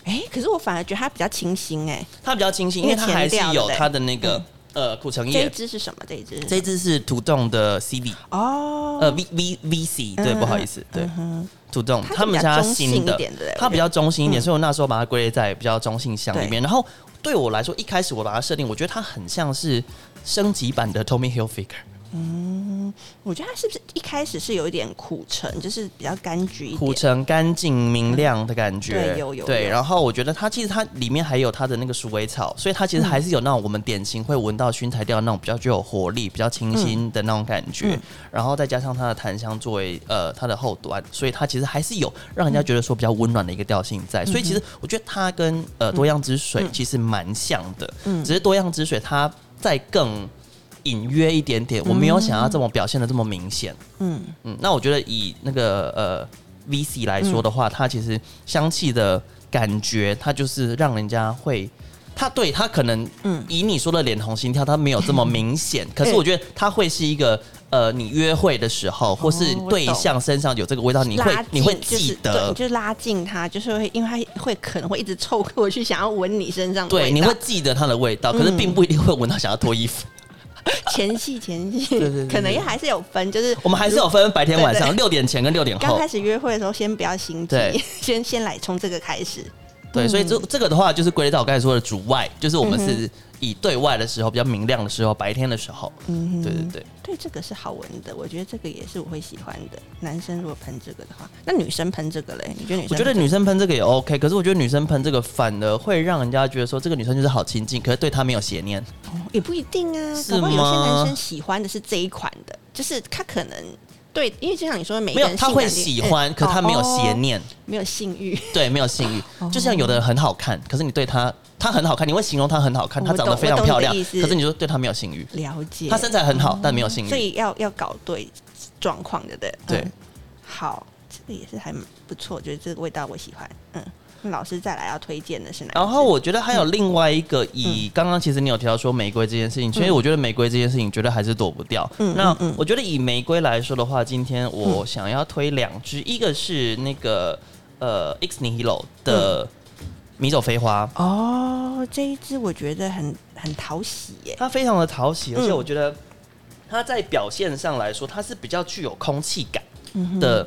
Speaker 1: 哎、可是我反而觉得它比较清新哎、
Speaker 2: 它比较清新，因为它还是
Speaker 1: 因为前调嗯
Speaker 2: 有
Speaker 1: 对不对
Speaker 2: 它的那个呃苦橙
Speaker 1: 这一
Speaker 2: 叶。
Speaker 1: 支是什么？这一支
Speaker 2: 这一支是土洞的 CV，
Speaker 1: 哦，
Speaker 2: 呃 V V V C，对，
Speaker 1: 嗯
Speaker 2: 不好意思，对，
Speaker 1: 哼
Speaker 2: 土洞
Speaker 1: 它是
Speaker 2: 他们
Speaker 1: 比较
Speaker 2: 家新
Speaker 1: 中性一
Speaker 2: 的
Speaker 1: 点的，嗯
Speaker 2: 它比较中性一点，所以我那时候把它归类在比较中性香里面。然后对我来说，一开始我把它设定，我觉得它很像是升级版的 Tommy Hilfiger，
Speaker 1: 我觉得它是不是一开始是有一点苦橙，就是比较柑橘一
Speaker 2: 苦
Speaker 1: 点，
Speaker 2: 橙干净明亮的感觉，
Speaker 1: 对有有
Speaker 2: 对。
Speaker 1: 有
Speaker 2: 然后我觉得它其实它里面还有它的那个鼠尾草，所以它其实还是有那种我们典型会闻到熏材调那种比较具有活力、比较清新的那种感觉。
Speaker 1: 嗯
Speaker 2: 然后再加上它的檀香作为呃它的后端，所以它其实还是有让人家觉得说比较温暖的一个调性
Speaker 1: 嗯
Speaker 2: 在。所以其实我觉得它跟呃多样之水其实蛮像的，
Speaker 1: 嗯
Speaker 2: 只是多样之水它再更。隐约一点点，我没有想要这么表现的这么明显。
Speaker 1: 嗯，
Speaker 2: 嗯，那我觉得以那个呃 VC 来说的话，它其实香气的感觉，它就是让人家会。它对它可能，嗯
Speaker 1: 嗯，
Speaker 2: 以你说的脸红心跳，它没有这么明 显，可是我觉得它会是一个，呃，你约会的时候，或是
Speaker 1: 哦我
Speaker 2: 对
Speaker 1: 懂
Speaker 2: 象身上有这个味道，你会
Speaker 1: 拉近
Speaker 2: 你会
Speaker 1: 就是
Speaker 2: 记
Speaker 1: 对
Speaker 2: 得
Speaker 1: 你，就是拉近它，就是会因为它会可能会一直凑过去，想要闻你身上的
Speaker 2: 对，
Speaker 1: 味道
Speaker 2: 你会记得它的味道，可是并不一定会闻到想要脱衣服。
Speaker 1: 嗯前戏前戏，
Speaker 2: 对对对
Speaker 1: 可能也还是有分，就是
Speaker 2: 我们还是有哦分白天晚上
Speaker 1: 对
Speaker 2: 六点前跟六点
Speaker 1: 刚
Speaker 2: 后
Speaker 1: 开，始约会的时候，先不要心急
Speaker 2: 对，
Speaker 1: 先先来从这个开始。
Speaker 2: 对，所以
Speaker 1: 嗯
Speaker 2: 这这个的话就是归类到我刚才说的主外，就是我们是以对外的时候比较明亮的时候，白天的时候，嗯，对对对。
Speaker 1: 对，这个是好闻的，我觉得这个也是我会喜欢的。男生如果喷这个的话，那女生喷这个嘞？你觉得女生
Speaker 2: 我
Speaker 1: 喷
Speaker 2: 觉
Speaker 1: 这个？
Speaker 2: 得女生喷这个也 OK，可是我觉得女生喷这个反而会让人家觉得说这个女生就是好亲近，可是对她没有邪念。
Speaker 1: 哦也不一定啊，
Speaker 2: 是
Speaker 1: 搞不好有些
Speaker 2: 吗
Speaker 1: 男生喜欢的是这一款的，就是他可能对，因为就像你说的，每个
Speaker 2: 没有，
Speaker 1: 人
Speaker 2: 她
Speaker 1: 性感
Speaker 2: 会
Speaker 1: 点
Speaker 2: 喜
Speaker 1: 嗯
Speaker 2: 欢，可她没有
Speaker 1: 哦
Speaker 2: 邪念，
Speaker 1: 没有性欲。
Speaker 2: 对，没有性欲。就像有的人很好看，可是你对她，她很好看，你会形容她很好看，
Speaker 1: 我
Speaker 2: 她长得
Speaker 1: 懂
Speaker 2: 非
Speaker 1: 我
Speaker 2: 常
Speaker 1: 懂
Speaker 2: 漂
Speaker 1: 你的
Speaker 2: 亮，
Speaker 1: 意思
Speaker 2: 可是你就对她没有性欲。
Speaker 1: 了解，
Speaker 2: 她身材很好，但没有性
Speaker 1: 所
Speaker 2: 欲。
Speaker 1: 以要要搞对状况，对不对？
Speaker 2: 对
Speaker 1: 嗯好，这个也是还蛮不错，就是这个味道我喜欢。嗯，那老师再来要推荐的是哪一嗯支？
Speaker 2: 然后我觉得还有另外一个，以刚刚其实你有提到说玫瑰这件
Speaker 1: 嗯
Speaker 2: 事情，所以我觉得玫瑰这件事情绝对还是躲不掉。那我觉得以玫瑰来说的话，今天我想要推两支，一个是那个呃 X Nihilo
Speaker 1: 嗯
Speaker 2: 的米酒飞花，
Speaker 1: 哦，这一支我觉得很很讨喜耶。
Speaker 2: 它非常的讨喜，而且
Speaker 1: 嗯
Speaker 2: 我觉得它在表现上来说，它是比较具有空气感
Speaker 1: 嗯
Speaker 2: 的、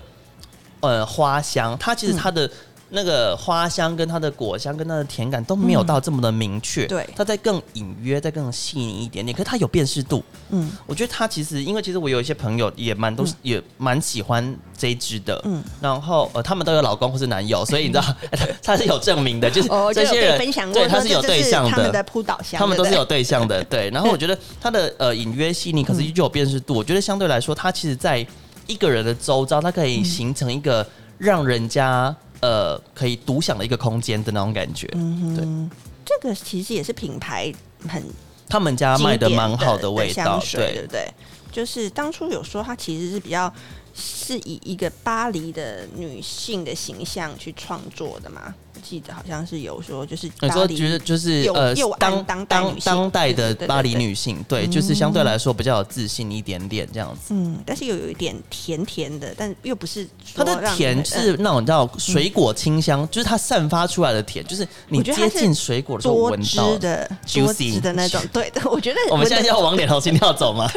Speaker 2: 呃花香。它其实它的那个花香跟它的果香跟它的甜感都没有到这么的明确、
Speaker 1: 嗯对
Speaker 2: 它在更隐约，再更细腻一点点，可是它有辨识度。
Speaker 1: 嗯
Speaker 2: 我觉得它其实，因为其实我有一些朋友也蛮都、也蛮喜欢这一支的，嗯
Speaker 1: 嗯，
Speaker 2: 然后呃，他们都有老公或是男友，所以你知 道他是有证明的，就是
Speaker 1: 哦，就
Speaker 2: 这
Speaker 1: 有
Speaker 2: 些
Speaker 1: 被
Speaker 2: 人、
Speaker 1: 分享过说，
Speaker 2: 对他是有对
Speaker 1: 这就
Speaker 2: 象
Speaker 1: 是他们的扑倒箱，
Speaker 2: 他们都是
Speaker 1: 对
Speaker 2: 有
Speaker 1: 不
Speaker 2: 对 象的，对。然后我觉得它的呃隐约细腻，可
Speaker 1: 嗯
Speaker 2: 是就有辨识度。我觉得相对来说，它其实在一个人的周遭，它可
Speaker 1: 嗯
Speaker 2: 以形成一个让人家呃可以独享的一个空间的那种感觉。
Speaker 1: 嗯对这个其实也是品牌很
Speaker 2: 他们家卖的
Speaker 1: 经典
Speaker 2: 蛮好
Speaker 1: 的
Speaker 2: 味道
Speaker 1: 香，水
Speaker 2: 对
Speaker 1: 对。不对？就是当初有说它其实是比较是以一个巴黎的女性的形象去创作的嘛。我记得好像是有说，就是
Speaker 2: 你
Speaker 1: 巴
Speaker 2: 说
Speaker 1: 黎
Speaker 2: 觉得就是
Speaker 1: 有
Speaker 2: 呃
Speaker 1: 有安当
Speaker 2: 当
Speaker 1: 代
Speaker 2: 当
Speaker 1: 女性
Speaker 2: 当代的
Speaker 1: 对对对
Speaker 2: 巴黎
Speaker 1: 对
Speaker 2: 女性，对，就是相对来说比较有自信一点点这样子。
Speaker 1: 嗯，但是又有一点甜甜的，但又不是
Speaker 2: 它
Speaker 1: 说
Speaker 2: 的
Speaker 1: 让
Speaker 2: 甜
Speaker 1: 你嗯
Speaker 2: 是那种叫水果清香，就是它散发出来的甜，就是你
Speaker 1: 我觉得它
Speaker 2: 接
Speaker 1: 是
Speaker 2: 近水果的时候
Speaker 1: 多
Speaker 2: 闻
Speaker 1: 汁
Speaker 2: 到。
Speaker 1: 的、
Speaker 2: juicy
Speaker 1: 多汁的那种。对的，我觉得
Speaker 2: 我们现在
Speaker 1: 闻得
Speaker 2: 要往脸红心跳走 吗？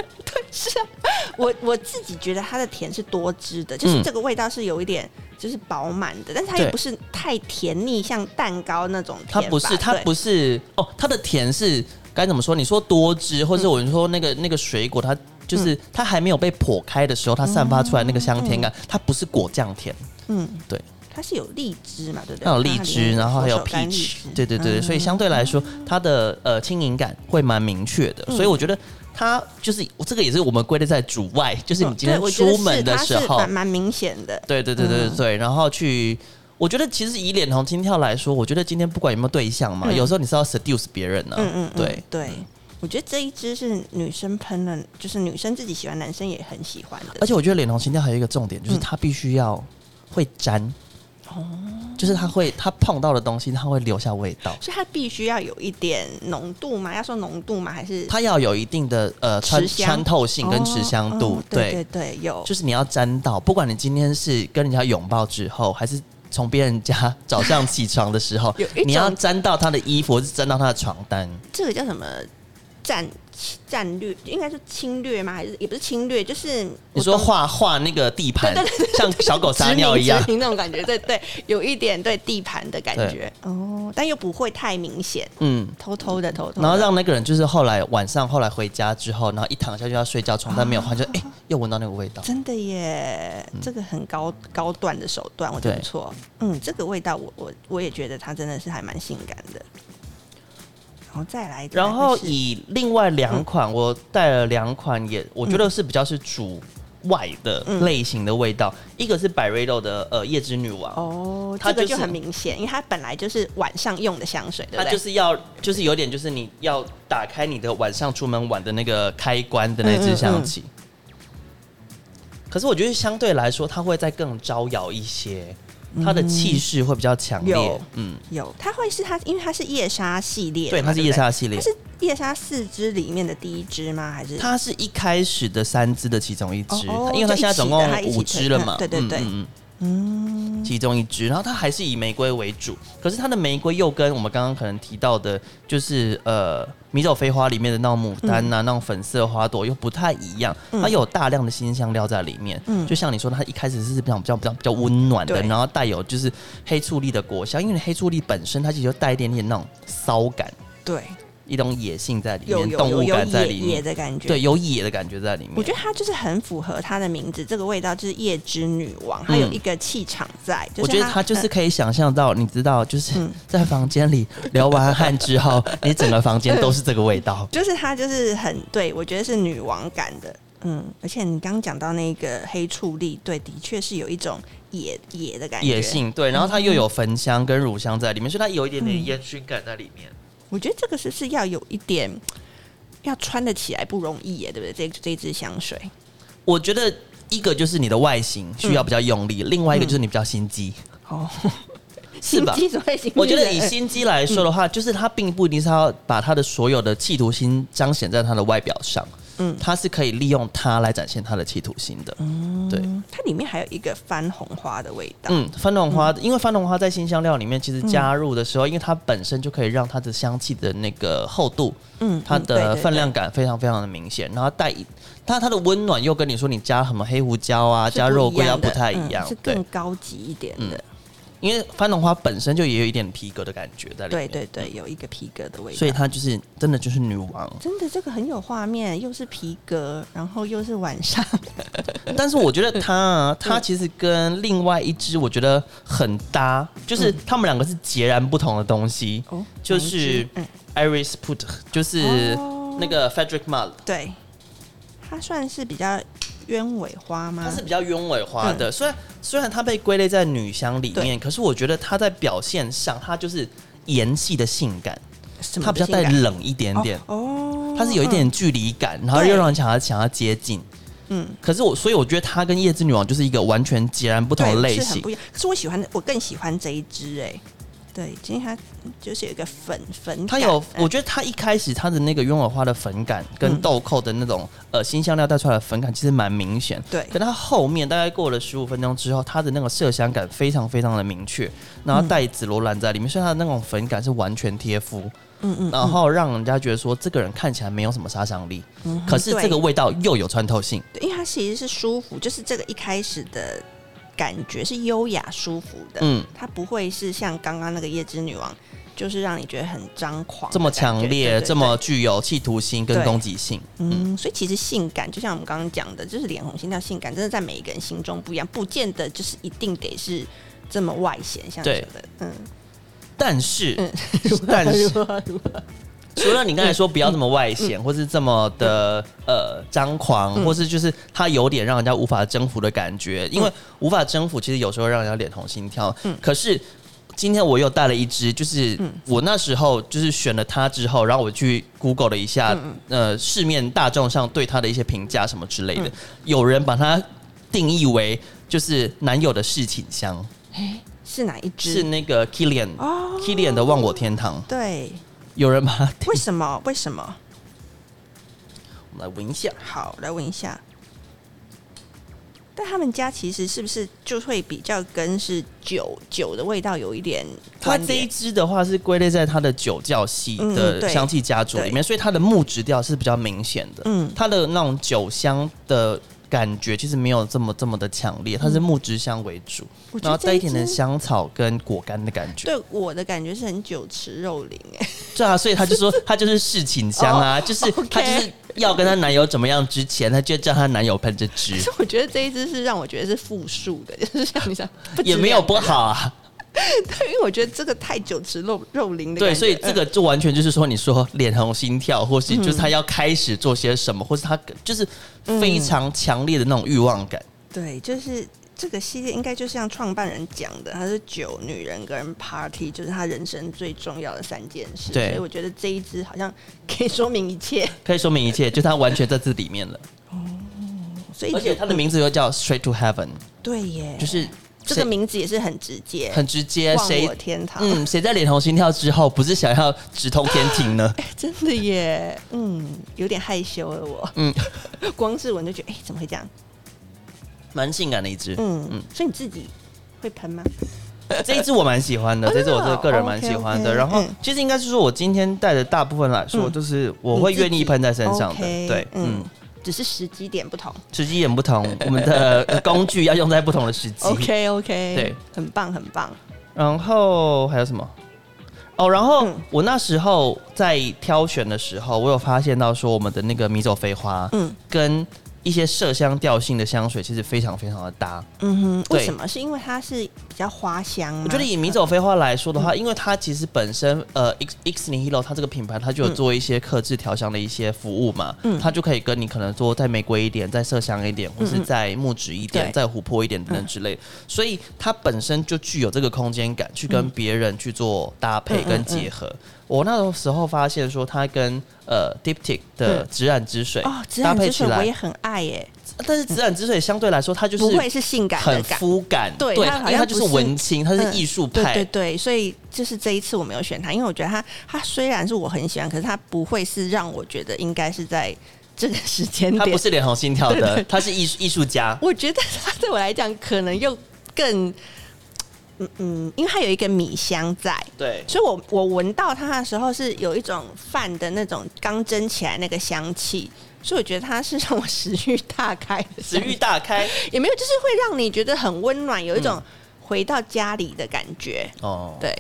Speaker 1: 我我自己觉得它的甜是多汁的，就是
Speaker 2: 嗯
Speaker 1: 这个味道是有一点就是饱满的，但是它
Speaker 2: 对
Speaker 1: 又不是太甜腻，像蛋糕那种
Speaker 2: 它
Speaker 1: 甜吧。
Speaker 2: 不是，它
Speaker 1: 对
Speaker 2: 不是哦，它的甜是该怎么说？你说多汁，
Speaker 1: 嗯
Speaker 2: 或者我说那个那个水果，它就是它还没有被剖开的时候，它散发出来那个香甜感，它不是果酱甜，
Speaker 1: 嗯，
Speaker 2: 对，
Speaker 1: 它是有荔枝嘛，对不对？
Speaker 2: 它有荔枝，然后还有
Speaker 1: 左手干荔
Speaker 2: peach，
Speaker 1: 枝
Speaker 2: 对对对，
Speaker 1: 嗯
Speaker 2: 所以相对来说，它的呃轻盈感会蛮明确
Speaker 1: 嗯
Speaker 2: 的，所以我觉得。它就是这个，也是我们归类在主外，就是你今天
Speaker 1: 嗯对我觉得
Speaker 2: 出
Speaker 1: 是
Speaker 2: 门的
Speaker 1: 它
Speaker 2: 时
Speaker 1: 是
Speaker 2: 候，
Speaker 1: 蛮蛮明显的。
Speaker 2: 对对对对
Speaker 1: 嗯
Speaker 2: 对，然后去，我觉得其实以脸红心跳来说，我觉得今天不管有没有对象嘛，
Speaker 1: 嗯
Speaker 2: 有时候你是要 seduce 别人呢、
Speaker 1: 嗯嗯，嗯
Speaker 2: 对。
Speaker 1: 对。我觉得这一支是女生喷了，就是女生自己喜欢，男生也很喜欢的。
Speaker 2: 而且我觉得脸红心跳还有一个重点，就是
Speaker 1: 嗯哦
Speaker 2: 它必须要会粘，就是它会它碰到的东西，它会留下味道。
Speaker 1: 所以它必须要有一点浓度嘛？要说浓度嘛，还是
Speaker 2: 它要有一定的呃穿
Speaker 1: 持香
Speaker 2: 穿透性跟持香
Speaker 1: 哦
Speaker 2: 度，
Speaker 1: 哦对对对，有
Speaker 2: 就是你要沾到，不管你今天是跟人家拥抱之后，还是从别人家 早上起床的时候
Speaker 1: 有一，种
Speaker 2: 你要沾到他的衣服，或是沾到他的床单，
Speaker 1: 这个叫什么战战略？应该是侵略吗？还是也不是侵略？就是
Speaker 2: 你说
Speaker 1: 话
Speaker 2: 画画那个地盘，像小狗撒尿一样，
Speaker 1: 那种感觉，对 对，有一点对地盘的感觉哦，但又不会太明显，
Speaker 2: 嗯。
Speaker 1: 偷偷的偷偷的
Speaker 2: 然后让那个人就是后来晚上后来回家之后，然后一躺下就要睡觉，床单没有换，就哎、又闻到那个味道。
Speaker 1: 啊真的耶，
Speaker 2: 嗯
Speaker 1: 这个很高高段的手段，我觉得不错。嗯，这个味道我我我也觉得它真的是还蛮性感的。然后再来，
Speaker 2: 然后
Speaker 1: 再来是嗯
Speaker 2: 以另外两款，我带了两款也，我觉得是比较是主外的
Speaker 1: 嗯
Speaker 2: 类型的味道，一个是百瑞露的呃夜之女王，
Speaker 1: 哦，
Speaker 2: 它
Speaker 1: 这个
Speaker 2: 就是
Speaker 1: 就很明显，因为它本来就是晚上用的香水，对不
Speaker 2: 它
Speaker 1: 对？
Speaker 2: 就是要，就是有点，就是你要打开你的晚上出门玩的那个开关
Speaker 1: 嗯
Speaker 2: 的那支香气。可是我觉得相对来说，它会再更招摇一些，它的气势会比较强烈
Speaker 1: 嗯有。
Speaker 2: 嗯，
Speaker 1: 有，它会是它，因为它是夜莎系列嘛，
Speaker 2: 对，它是
Speaker 1: 不
Speaker 2: 夜莎系列
Speaker 1: 它，是夜莎四支里面的第一支吗？还是
Speaker 2: 它是一开始的三支的其中一支，
Speaker 1: 哦哦
Speaker 2: 因为它现在总
Speaker 1: 就一起的它
Speaker 2: 共
Speaker 1: 一起
Speaker 2: 五支了嘛。
Speaker 1: 推嗯对对对
Speaker 2: 嗯嗯嗯其中一支，然后它还是以玫瑰为主，可是它的玫瑰又跟我们刚刚可能提到的，就是呃迷走飞花里面的那种牡丹
Speaker 1: 嗯
Speaker 2: 呐、那种粉色花朵又不太一样，它有大量的新香料在里面。嗯，就像你说的，它一开始是比较比较比较比较温暖的，
Speaker 1: 对
Speaker 2: 然后带有就是黑醋栗的果香，因为黑醋栗本身它其实就带一点点那种骚感，
Speaker 1: 对，
Speaker 2: 一种野性在里
Speaker 1: 有
Speaker 2: 面，
Speaker 1: 有
Speaker 2: 动
Speaker 1: 有
Speaker 2: 物
Speaker 1: 有
Speaker 2: 感在
Speaker 1: 野
Speaker 2: 里面
Speaker 1: 野。的感觉，
Speaker 2: 对，。有野的感觉在里面。
Speaker 1: 我觉得它就是很符合它的名字，这个味道就是夜之女王，它有
Speaker 2: 嗯
Speaker 1: 一个气场在。就是
Speaker 2: 我觉得他就是可以想象到，你知道，就是
Speaker 1: 嗯
Speaker 2: 在房间里流完汗 之后，你整个房间都是这个味道。
Speaker 1: 就是它就是很对，我觉得是女王感的。嗯，而且你刚讲到那个黑醋栗，对，的确是有一种野野的感觉。
Speaker 2: 野，性对，然后它
Speaker 1: 嗯
Speaker 2: 又有焚香跟乳香在里面，所以它有一点点烟熏感在里面。
Speaker 1: 我觉得这个是是要有一点要穿得起来不容易耶，对不对？这这支香水，
Speaker 2: 我觉得一个就是你的外形需要比较用
Speaker 1: 嗯
Speaker 2: 力，另外一个就是你比较心机，
Speaker 1: 哦，
Speaker 2: 是吧？
Speaker 1: 心机怎嗯么会心机
Speaker 2: 我觉得
Speaker 1: 呢
Speaker 2: 以心机来说的话，就是他并不一定是要把他的所有的企图心彰显在他的外表上，嗯
Speaker 1: 嗯，
Speaker 2: 他是可以利用它来展现他的企图心的，
Speaker 1: 哦
Speaker 2: 对。
Speaker 1: 呃它里面还有一个番红花的味道。
Speaker 2: 嗯，番红花，因为番红花在新香料里面，其实
Speaker 1: 嗯
Speaker 2: 加入的时候，因为它本身就可以让它的香气的那个厚度，
Speaker 1: 嗯，嗯
Speaker 2: 它的分。
Speaker 1: 对对对
Speaker 2: 量感非常非常的明显，然后带一它它的温暖又跟你说你加什么黑胡椒啊，
Speaker 1: 是
Speaker 2: 加肉桂啊
Speaker 1: 不
Speaker 2: 不
Speaker 1: 一样的
Speaker 2: 太一样
Speaker 1: 嗯是，
Speaker 2: 对嗯
Speaker 1: 更，高级一点的，
Speaker 2: 因为番红花本身就也有一点皮革的感觉在里
Speaker 1: 对
Speaker 2: 面，
Speaker 1: 对对，有一个皮革的味道。
Speaker 2: 嗯所以它就是真的就是女 王，
Speaker 1: 真的这个很有画面，又是皮革，然后又是晚 上，
Speaker 2: 但是我觉得它
Speaker 1: 嗯
Speaker 2: 啊，它其实跟另外一只我觉得很搭，
Speaker 1: 嗯
Speaker 2: 就是它们两个是截然不同的东西，
Speaker 1: 哦，
Speaker 2: 就是
Speaker 1: 嗯，
Speaker 2: Iris Put，就是
Speaker 1: 哦
Speaker 2: 那个 Frederick m a l l
Speaker 1: 对，它算是比较鸢尾花吗？
Speaker 2: 它是比较鸢尾花的。
Speaker 1: 嗯
Speaker 2: 虽然虽然它被归类在女香里面，可是我觉得它在表现上，它就是盐系的性感，
Speaker 1: 什么
Speaker 2: 它比较带冷一点点，
Speaker 1: 嗯哦，
Speaker 2: 它它是有一点距离感，然后又让人想要想要接近。嗯，可是我，所以我觉得它跟夜之女王就是一个完全截然不同的
Speaker 1: 对
Speaker 2: 类
Speaker 1: 是很
Speaker 2: 型
Speaker 1: 不。一样。可是我喜欢的，我更喜欢这一支哎、对，今天它就是有一个粉粉感，
Speaker 2: 它有，
Speaker 1: 嗯
Speaker 2: 我觉得它一开始它的那个鸢尾花的粉感跟豆蔻的那种、呃新香料带出来的粉感其实蛮明显，
Speaker 1: 对
Speaker 2: 可它后面大概过了十五分钟之后，它的那个麝香感非常非常的明确，然
Speaker 1: 嗯
Speaker 2: 后带紫罗兰在里面，所以它的那种粉感是完全贴肤，
Speaker 1: 嗯嗯，
Speaker 2: 然后让人家觉得说这个人看起来没有什么杀伤力，
Speaker 1: 嗯
Speaker 2: 可是这个味道又有穿透性。
Speaker 1: 对，因为它其实是舒服，就是这个一开始的感觉是优雅舒服的，
Speaker 2: 嗯，
Speaker 1: 它不会是像刚刚那个夜之女王，就是让你觉得很张狂的
Speaker 2: 这么
Speaker 1: 感觉
Speaker 2: 强
Speaker 1: 对
Speaker 2: 烈，
Speaker 1: 对
Speaker 2: 这么具有企图心跟
Speaker 1: 对
Speaker 2: 攻击性，
Speaker 1: 嗯，所以其实性感，就像我们刚刚讲的，就是脸红心跳，性感真的在每一个人心中不一样，不见得就是一定得是这么外显，像
Speaker 2: 对
Speaker 1: 什么的，嗯，
Speaker 2: 但是， 但是，除了你刚才说不要这么外显，
Speaker 1: 嗯
Speaker 2: 或是这么的呃张狂，或是就是它有点让人家无法征服的感觉，因为
Speaker 1: 嗯
Speaker 2: 无法征服，其实有时候让人家脸红心跳。可是今天我又带了一支，就是
Speaker 1: 嗯
Speaker 2: 我那时候就是选了它之后，然后我去 Google 了一下，
Speaker 1: 嗯
Speaker 2: 呃，市面大众上对它的一些评价什么之类的，
Speaker 1: 嗯
Speaker 2: 有人把它定义为就是男友的侍寝香，
Speaker 1: 是哪一支？
Speaker 2: 是那个 Kilian、
Speaker 1: 哦
Speaker 2: Kilian 的忘我天堂，
Speaker 1: 对，
Speaker 2: 有人把它定
Speaker 1: 为什么？为什么？
Speaker 2: 我们来闻一下。
Speaker 1: 好，来问一下。但他们家其实是不是就会比较跟是酒酒的味道有一点
Speaker 2: 它
Speaker 1: 关
Speaker 2: 这一
Speaker 1: 联？
Speaker 2: 支的话是归类在它的酒窖系
Speaker 1: 嗯
Speaker 2: 的
Speaker 1: 对
Speaker 2: 香气家族里面，所以它的木质调是比较明显的。
Speaker 1: 嗯
Speaker 2: 嗯，它的那种酒香的感觉其实没有这么这么的强烈，它是木质香为主，
Speaker 1: 嗯我觉
Speaker 2: 然
Speaker 1: 得
Speaker 2: 后带一点
Speaker 1: 这
Speaker 2: 点
Speaker 1: 支
Speaker 2: 香草跟果干的感觉。
Speaker 1: 对我的感觉是很酒池肉林哎、
Speaker 2: 对啊，所以她就说她就是侍寝香啊，就是她
Speaker 1: 哦 OK
Speaker 2: 就是要跟她男友怎么样之前，她就叫她男友喷这支
Speaker 1: 可，是我觉得这一支是让我觉得是复数的， 就是像你讲 不止
Speaker 2: 也没有
Speaker 1: 两个
Speaker 2: 不好啊。
Speaker 1: 对， 因为我觉得这个太酒池肉肉林的
Speaker 2: 对，
Speaker 1: 感觉，嗯
Speaker 2: 所以这个就完全就是说，你说脸红心跳，或是就是他要开始做些什么，或是他就是非
Speaker 1: 嗯
Speaker 2: 常强烈的那种欲望感。
Speaker 1: 对，就是这个系列应该就像创办人讲的，他是酒、女人跟 party，就是他人生最重要的三件事。
Speaker 2: 对
Speaker 1: 所以我觉得这一支好像可以说明一切。
Speaker 2: 可以说明一切，就他完全在这里面了。
Speaker 1: 所以
Speaker 2: 而且他的名字又叫 Straight to Heaven，
Speaker 1: 对耶，
Speaker 2: 就是
Speaker 1: 这个
Speaker 2: 谁
Speaker 1: 名字也是很直接，
Speaker 2: 很直接，
Speaker 1: 忘
Speaker 2: 谁
Speaker 1: 我天堂。
Speaker 2: 嗯谁在脸红心跳之后，不是想要直通天 庭呢？
Speaker 1: 真的耶，嗯，有点害羞了我，
Speaker 2: 嗯，
Speaker 1: 光是闻就觉得，哎、怎么会这样？
Speaker 2: 蛮性感的一支。
Speaker 1: 嗯嗯
Speaker 2: 嗯，
Speaker 1: 所以你自己会喷吗？
Speaker 2: 这一支我蛮喜欢的，
Speaker 1: 哦
Speaker 2: 这一支我
Speaker 1: 真的
Speaker 2: 是
Speaker 1: 哦
Speaker 2: 个人蛮喜欢的。
Speaker 1: OK，OK，
Speaker 2: 然后
Speaker 1: 嗯
Speaker 2: 其实应该是说，我今天带的大部分来说，
Speaker 1: 嗯
Speaker 2: 就是我会愿意喷在身上的。
Speaker 1: OK，
Speaker 2: 对，嗯。，
Speaker 1: 只是时机点不同。
Speaker 2: 时机点不 同，我们的呃工具要用在不同的时机。
Speaker 1: OK OK，
Speaker 2: 对，
Speaker 1: 很棒很棒。
Speaker 2: 然后还有什么？哦，然后
Speaker 1: 嗯
Speaker 2: 我那时候在挑选的时候，我有发现到说，我们的那个米走飞花，
Speaker 1: 嗯
Speaker 2: 嗯，跟一些麝香调性的香水其实非常非常的搭。
Speaker 1: 嗯哼，
Speaker 2: 对
Speaker 1: 为什么？是因为它是比较花香啊吗？
Speaker 2: 我觉得以米走飞花来说的
Speaker 1: 嗯
Speaker 2: 话，因为它其实本身呃，X X Nihilo 它这个品牌，它就有做一些克制调香的一些服务嘛，
Speaker 1: 嗯
Speaker 2: 它就可以跟你可能说再玫瑰一点，再麝香一点，或是再木质一点，
Speaker 1: 对嗯
Speaker 2: 再琥珀一点等等之类的，所以它本身就具有这个空间感，去跟别人去做搭
Speaker 1: 嗯
Speaker 2: 配跟结合。我那时候发现说，它跟呃 Diptic 的紫染之水
Speaker 1: 嗯哦，紫
Speaker 2: 搭
Speaker 1: 染
Speaker 2: 配
Speaker 1: 之
Speaker 2: 起
Speaker 1: 水我也
Speaker 2: 来，
Speaker 1: 很爱耶，
Speaker 2: 但是紫染之水相对来说，它就是
Speaker 1: 不会是性感的
Speaker 2: 很
Speaker 1: 感。
Speaker 2: 肤感，
Speaker 1: 对它好
Speaker 2: 因为它
Speaker 1: 像
Speaker 2: 就
Speaker 1: 不
Speaker 2: 是
Speaker 1: 是
Speaker 2: 文青，它是
Speaker 1: 嗯
Speaker 2: 艺术
Speaker 1: 对
Speaker 2: 派，
Speaker 1: 对对，所以就是这一次我没有选它，因为我觉得它它虽然是我很喜欢，可是它不会是让我觉得应该是在这个时间
Speaker 2: 他
Speaker 1: 点
Speaker 2: 不。是脸红心跳的，
Speaker 1: 对对
Speaker 2: 他是艺术艺术家。
Speaker 1: 我觉得它对我来讲可能又更，嗯嗯，因为它有一个米香在，
Speaker 2: 对，
Speaker 1: 所以我我闻到它的时候是有一种饭的那种刚蒸起来那个香气，所以我觉得它是让我食欲大开的
Speaker 2: 食
Speaker 1: 香气，
Speaker 2: 欲大开
Speaker 1: 也没有，就是会让你觉得很温暖，有一种
Speaker 2: 嗯
Speaker 1: 回到家里的感觉。
Speaker 2: 哦。
Speaker 1: 对，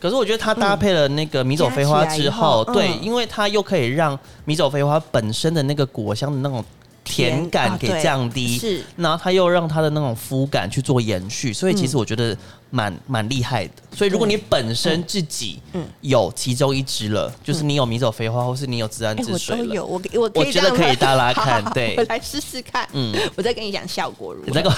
Speaker 2: 可是我觉得它搭配了那个米走飞花之后，
Speaker 1: 加起来以
Speaker 2: 对
Speaker 1: 后，嗯
Speaker 2: 因为它又可以让米走飞花本身的那个果香的那种甜感
Speaker 1: 啊
Speaker 2: 给
Speaker 1: 对
Speaker 2: 降低，
Speaker 1: 是
Speaker 2: 然后它又让它的那种肤感去做延续，所以其实我觉得蛮蛮厉害的。所以如果
Speaker 1: 嗯对
Speaker 2: 你本身自己
Speaker 1: 嗯
Speaker 2: 有其中一支了，就是你有米走飞花，或是你有自然
Speaker 1: 哎、
Speaker 2: 之
Speaker 1: 我
Speaker 2: 水
Speaker 1: 都
Speaker 2: 了，
Speaker 1: 有，我我可以
Speaker 2: 我觉
Speaker 1: 这
Speaker 2: 得
Speaker 1: 样吗
Speaker 2: 可以大拉看
Speaker 1: 好
Speaker 2: 对
Speaker 1: 我来试试看。嗯，我再跟你讲效果如
Speaker 2: 你
Speaker 1: 何
Speaker 2: 这。个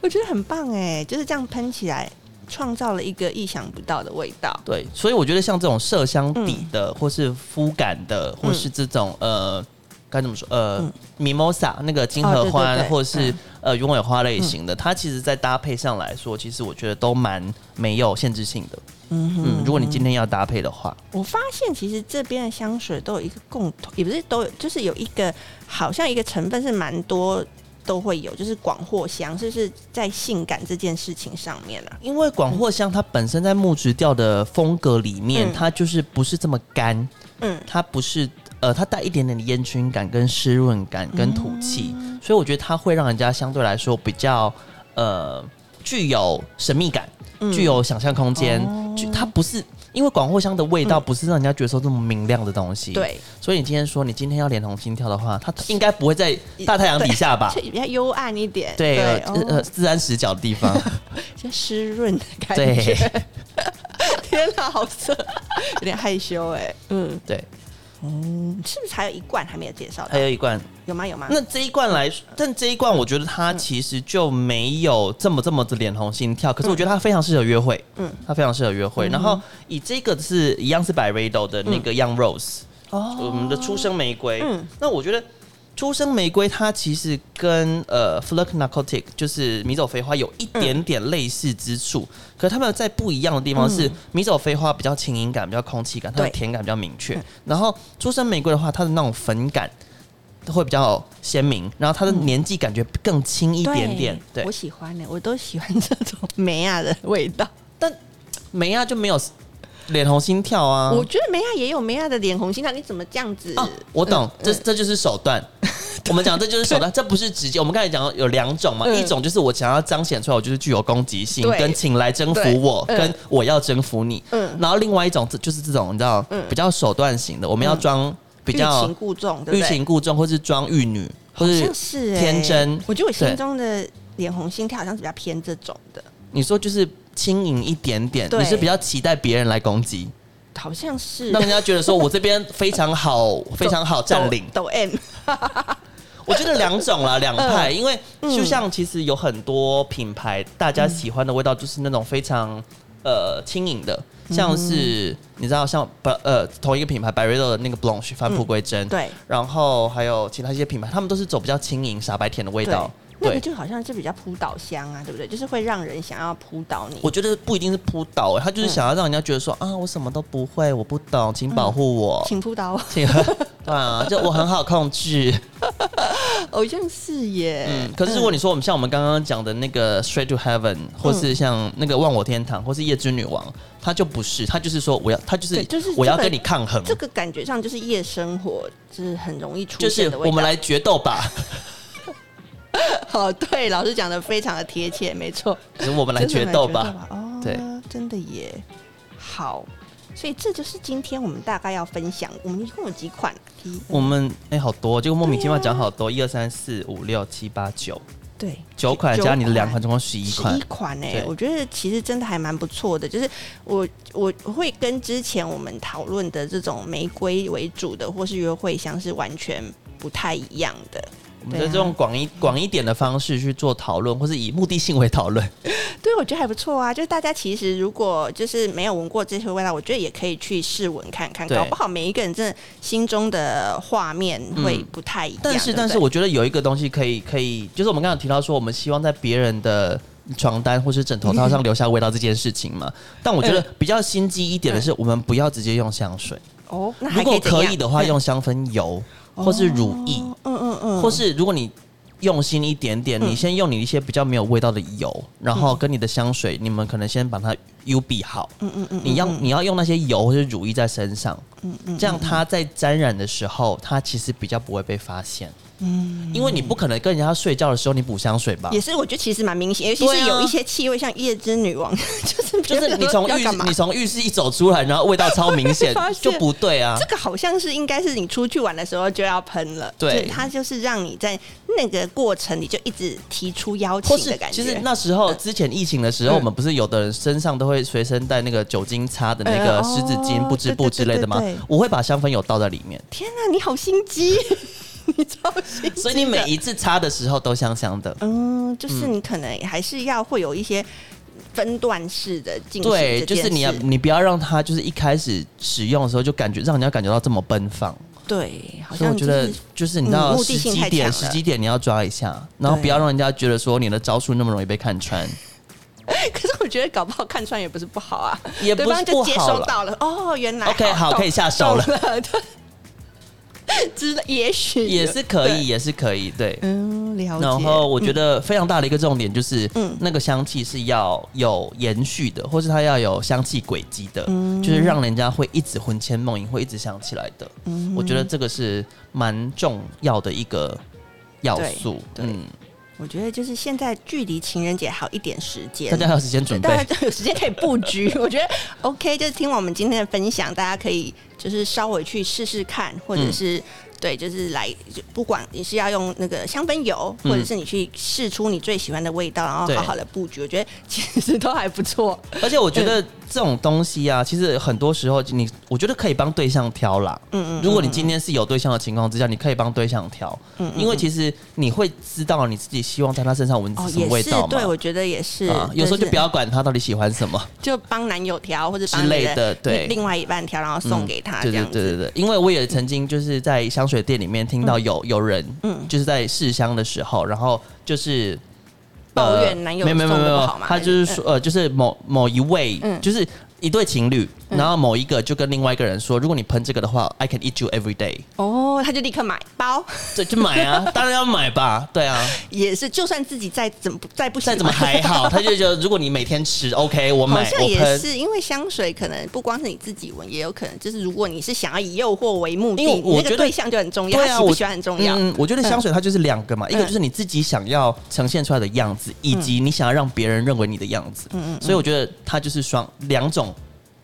Speaker 1: 我觉得很棒哎，就是这样喷起来，创造了一个意想不到的味道。
Speaker 2: 对，所以我觉得像这种麝香底的，
Speaker 1: 嗯
Speaker 2: 或是肤感的，或是这种呃，该怎么说？呃、m i m o s a 那个金合
Speaker 1: 嗯哦对嗯
Speaker 2: 欢，
Speaker 1: 对对
Speaker 2: 或者是、呃鸢尾花类型的，它其实在搭配上来说，其实我觉得都蛮没有限制性的。嗯如果你今天要搭配的话，
Speaker 1: 我发现其实这边的香水都有一个共同，也不是都有，就是有一个好像一个成分是蛮多都会有，就是广藿香，就是在性感这件事情上面啊。
Speaker 2: 因为广藿香它本身在木质调的风格里面，
Speaker 1: 嗯
Speaker 2: 它就是不是这么干，
Speaker 1: 嗯，
Speaker 2: 它不是呃，它带一点点的烟熏感、跟湿润感、跟土气，
Speaker 1: 嗯
Speaker 2: 所以我觉得它会让人家相对来说比较呃具有神秘感，
Speaker 1: 嗯
Speaker 2: 具有想象空间。
Speaker 1: 哦
Speaker 2: 具它不是因为广藿香的味道不是让人家觉得说这么明亮的东西，。
Speaker 1: 对，
Speaker 2: 所以你今天说你今天要脸红心跳的话，它应该不会在大太阳底下吧
Speaker 1: 就？比较幽暗一点，
Speaker 2: 对，
Speaker 1: 对，
Speaker 2: 呃呃，
Speaker 1: 哦，
Speaker 2: 自然死角的地方，
Speaker 1: 就湿润的感
Speaker 2: 对
Speaker 1: 觉。 天哪，好色，有点害羞哎。嗯，
Speaker 2: 对，
Speaker 1: 是不是还有一罐还没有介绍
Speaker 2: 还
Speaker 1: 的？
Speaker 2: 有一罐
Speaker 1: 有吗？有吗？
Speaker 2: 那这一罐来，但这一罐我觉得它其实就没有这么这么的脸红心跳，可是我觉得它非常适合约会，嗯，它非常适合约会。然后以这个是一样是百瑞斗的那个 Young Rose，、我们的初生玫瑰，
Speaker 1: 嗯
Speaker 2: 那我觉得。初生玫瑰，它其实跟呃 f l u k Narcotic 就是迷走飞花有一点点类似之处，可它们在不一样的地方是，迷走飞花比较轻盈感，比较空气感，它的
Speaker 1: 对
Speaker 2: 甜感比较明确。然后初生玫瑰的话，它的那种粉感会比较鲜明，然后它的年纪感觉更轻一点点。
Speaker 1: 嗯对
Speaker 2: 对，
Speaker 1: 我喜欢欸呢，我都喜欢这种梅亚的味道。
Speaker 2: 梅亚就没有脸红心跳啊。
Speaker 1: 我呃觉得梅亚也有梅亚的脸红心跳，你怎么这样子？
Speaker 2: 哦，我懂，这这就是手段。 我们讲这就是手段，这不是直接。我们刚才讲有两种嘛，
Speaker 1: 嗯
Speaker 2: 一种就是我想要彰显出来，我就是具有攻击性，
Speaker 1: 对
Speaker 2: 跟请来征
Speaker 1: 对
Speaker 2: 服我，
Speaker 1: 嗯
Speaker 2: 跟我要征服你。
Speaker 1: 嗯
Speaker 2: 然后另外一种这就是这种你知道比较手段型的，我们要装
Speaker 1: 嗯
Speaker 2: 比
Speaker 1: 欲
Speaker 2: 较
Speaker 1: 擒故纵，对
Speaker 2: 欲
Speaker 1: 不对？
Speaker 2: 擒故纵，或是装玉女，
Speaker 1: 好
Speaker 2: 或是
Speaker 1: 像是欸
Speaker 2: 天真
Speaker 1: 我觉得我心
Speaker 2: 对
Speaker 1: 中的脸红心跳好像是比较偏这种的，
Speaker 2: 你说就是轻盈一点点，
Speaker 1: 对
Speaker 2: 你是比较期待别人来攻击，
Speaker 1: 好像是
Speaker 2: 让人家觉得说我这边非 常好，非常好占领。
Speaker 1: 抖抖 M，
Speaker 2: 我觉得两种啦，两派，因为
Speaker 1: 嗯
Speaker 2: 就像其实有很多品牌，大家喜欢的味道就是那种非常呃轻盈的，像
Speaker 1: 嗯
Speaker 2: 是你知道像百呃同一个品牌百瑞乐的那个 Blanche 返璞归真，
Speaker 1: 嗯对
Speaker 2: 然后还有其他一些品牌，他们都是走比较轻盈傻白甜的味道，
Speaker 1: 那
Speaker 2: 对
Speaker 1: 个。就好像是比较扑倒香啊，对不对？就是会让人想要扑倒你。
Speaker 2: 我觉得不一定是扑倒、欸，他
Speaker 1: 嗯
Speaker 2: 就是想要让人家觉得说、啊，我什么都不会，我不懂，请
Speaker 1: 嗯
Speaker 2: 保护我，
Speaker 1: 请扑倒 我，
Speaker 2: 请对啊，就我很好控制。
Speaker 1: 好像是耶。
Speaker 2: 嗯，可是如果你说我们像我们刚刚讲的那个《Straight to Heaven》，或
Speaker 1: 嗯
Speaker 2: 是像那个《忘我天堂》，或是《夜之女王》，她就不是，她就是说我要，她就是
Speaker 1: 对就是
Speaker 2: 我要
Speaker 1: 这个
Speaker 2: 跟你抗衡，
Speaker 1: 这个感觉上就是夜生活，就是很容易出
Speaker 2: 就
Speaker 1: 现
Speaker 2: 是
Speaker 1: 的味道。
Speaker 2: 我们来决斗吧，
Speaker 1: 哦，对，老师讲的非常的贴切，没错。
Speaker 2: 就是我们来决斗吧。。
Speaker 1: 哦，
Speaker 2: 对，
Speaker 1: 真的耶。好，所以这就是今天我们大概要分享，我们一共有几款？一
Speaker 2: 我们哎、好多，结果莫名其妙讲好多，一二三四五六七八九
Speaker 1: 对
Speaker 2: 九款加你的两款，总共十一
Speaker 1: 十
Speaker 2: 款
Speaker 1: 一。款哎、
Speaker 2: 对
Speaker 1: 我觉得其实真的还蛮不错的。就是我我我会跟之前我们讨论的这种玫瑰为主的或是约会香是完全不太一样的。
Speaker 2: 我们就这种广一广一点的方式去做讨论，或是以目的性为讨论。
Speaker 1: 对，我觉得还不错啊。就是大家其实如果就是没有闻过这些味道，我觉得也可以去试闻看看，
Speaker 2: 对
Speaker 1: 搞不好每一个人真的心中的画面会不太一样。
Speaker 2: 嗯但是，
Speaker 1: 对不对
Speaker 2: 但是我觉得有一个东西可以，可以，就是我们刚刚有提到说，我们希望在别人的床单或是枕头套上留下味道这件事情嘛。但我觉
Speaker 1: 嗯
Speaker 2: 得比较心机一点的是，我们不要直接用香水，
Speaker 1: 哦，那嗯
Speaker 2: 如
Speaker 1: 还
Speaker 2: 果
Speaker 1: 以怎样哦
Speaker 2: 可以的话，用香氛油或是乳液，
Speaker 1: 嗯嗯嗯，
Speaker 2: 或是如果你。用心一点点，你先用你一些比较没有味道的油，然后跟你的香水，你们可能先把它 U B 好。嗯嗯嗯。你要你要用那些油或是乳液在身上，嗯嗯，这样它在沾染的时候，它其实比较不会被发现。嗯，因为你不可能跟人家睡觉的时候你补香水吧？
Speaker 1: 也是，我觉得其实蛮明显，尤其
Speaker 2: 对
Speaker 1: 是
Speaker 2: 啊
Speaker 1: 有一些气味，像夜之女王， 就是
Speaker 2: 就
Speaker 1: 就是
Speaker 2: 你从
Speaker 1: 要
Speaker 2: 浴
Speaker 1: 干嘛
Speaker 2: 你？从浴室一走出来，然后味道超明 显
Speaker 1: 发，现
Speaker 2: 就不对啊
Speaker 1: 这。个好像是应该是你出去玩的时候就要喷了，
Speaker 2: 对
Speaker 1: 就是它就是让你在那个过程里就一直提出邀请
Speaker 2: 或是
Speaker 1: 的感觉。
Speaker 2: 其实那时候之前疫情的时候，
Speaker 1: 嗯
Speaker 2: 我们不是有的人身上都会随身带那个酒精擦的那
Speaker 1: 呃
Speaker 2: 个
Speaker 1: 哦
Speaker 2: 湿纸巾、不织布之类的吗
Speaker 1: 对对对对对？
Speaker 2: 我会把香氛油倒在里面，
Speaker 1: 天哪、你好心机， 你超心机，
Speaker 2: 所
Speaker 1: 嗯
Speaker 2: 以你每一次擦的时候都香香的。
Speaker 1: 嗯，就是你可能还是要会有一些分段式的进行
Speaker 2: 对，
Speaker 1: 这
Speaker 2: 就
Speaker 1: 件
Speaker 2: 是你要
Speaker 1: 事
Speaker 2: 你不要让它就是一开始使用的时候就感觉让人家感觉到这么奔放，
Speaker 1: 对，好
Speaker 2: 所以
Speaker 1: 像
Speaker 2: 我觉得
Speaker 1: 就是
Speaker 2: 就是你知道
Speaker 1: 嗯目
Speaker 2: 时
Speaker 1: 的性
Speaker 2: 机
Speaker 1: 太
Speaker 2: 点
Speaker 1: 强
Speaker 2: 时
Speaker 1: 了
Speaker 2: 机点你要抓一下，然后
Speaker 1: 对
Speaker 2: 不要让人家觉得说你的招数那么容易被看穿，
Speaker 1: 可是我觉得搞不好看穿也不是不好啊，
Speaker 2: 也
Speaker 1: 对
Speaker 2: 不
Speaker 1: 方
Speaker 2: 是
Speaker 1: 就
Speaker 2: 不
Speaker 1: 接
Speaker 2: 好
Speaker 1: 收
Speaker 2: 了。
Speaker 1: 到了，哦，原来
Speaker 2: OK，好，
Speaker 1: 懂
Speaker 2: 可以下手了，
Speaker 1: 懂了，对， 知道也许
Speaker 2: 也是可
Speaker 1: 对
Speaker 2: 以，也是可以，对。
Speaker 1: 嗯，了解。
Speaker 2: 然后我觉得非常大的一个重点就是，
Speaker 1: 嗯
Speaker 2: 那个香气是要有延续的，或是它要有香气轨迹的，
Speaker 1: 嗯
Speaker 2: 就是让人家会一直魂牵梦萦，会一直想起来的。
Speaker 1: 嗯
Speaker 2: 我觉得这个是蛮重要的一个要素。
Speaker 1: 对对
Speaker 2: 嗯，
Speaker 1: 我觉得就是现在距离情人节还有一点时间，
Speaker 2: 大家还有时间准
Speaker 1: 大
Speaker 2: 备。
Speaker 1: 家有时间可以布 局。我觉得 OK，就是听我们今天的分享，大家可以就是稍微去试试看，或者
Speaker 2: 嗯
Speaker 1: 是、对，就是来，就不管你是要用那个香氛油，
Speaker 2: 嗯
Speaker 1: 或者是你去试出你最喜欢的味道，然后
Speaker 2: 对
Speaker 1: 好好的布局，我觉得其实都还不 错。
Speaker 2: 而且我觉得这种东西啊，其实很多时候你，我觉得可以帮对象挑啦。
Speaker 1: 嗯嗯，
Speaker 2: 如果你今天是有对象的情况之下，你可以帮对象挑，
Speaker 1: 嗯
Speaker 2: 因为其实你会知道你自己希望在他身上闻
Speaker 1: 哦
Speaker 2: 是什么
Speaker 1: 也
Speaker 2: 味
Speaker 1: 是
Speaker 2: 道，嘛。
Speaker 1: 对我觉得也是，
Speaker 2: 啊，有时候就是不要管他到底喜欢什么
Speaker 1: 就帮男友调或者
Speaker 2: 之
Speaker 1: 帮你
Speaker 2: 类的对嗯
Speaker 1: 另另外一半调，然后送给他
Speaker 2: 对
Speaker 1: 这
Speaker 2: 对
Speaker 1: 样
Speaker 2: 对对
Speaker 1: 子。
Speaker 2: 对，因为我也曾经就是在香水店里面听到有、有人，
Speaker 1: 嗯
Speaker 2: 就是在试香的时候，然后就是。呃
Speaker 1: 抱怨男友
Speaker 2: 没有没有没有
Speaker 1: 送
Speaker 2: 没
Speaker 1: 得不
Speaker 2: 有
Speaker 1: 好嘛，
Speaker 2: 他就是说呃，就是某某一位，
Speaker 1: 嗯
Speaker 2: 就是一对情侣，然后某一个就跟另外一个人说，如果你喷这个的话，I can eat you every day，
Speaker 1: 哦，他就立刻买包，
Speaker 2: 这就买 啊，当然要买吧，对啊，
Speaker 1: 也是，就算自己再怎么再不喜
Speaker 2: 再
Speaker 1: 欢
Speaker 2: 怎么 还好，他就觉得如果你每天吃，OK，我
Speaker 1: 好
Speaker 2: 买
Speaker 1: 像
Speaker 2: 我
Speaker 1: 也
Speaker 2: 喷，
Speaker 1: 是，因为香水可能不光是你自己闻，也有可能就是如果你是想要以诱惑为目的，
Speaker 2: 因为
Speaker 1: 你
Speaker 2: 我
Speaker 1: 那
Speaker 2: 觉
Speaker 1: 个
Speaker 2: 得
Speaker 1: 对象就很重要，
Speaker 2: 对
Speaker 1: 他
Speaker 2: 啊
Speaker 1: 喜不
Speaker 2: 我
Speaker 1: 喜欢很重要。
Speaker 2: 嗯，我觉得香水它就是两个嘛，一个
Speaker 1: 嗯
Speaker 2: 就是你自己想要呈现出来的样子，以及你想要让别人认为你的样子。嗯嗯。所以我觉得它就是双两种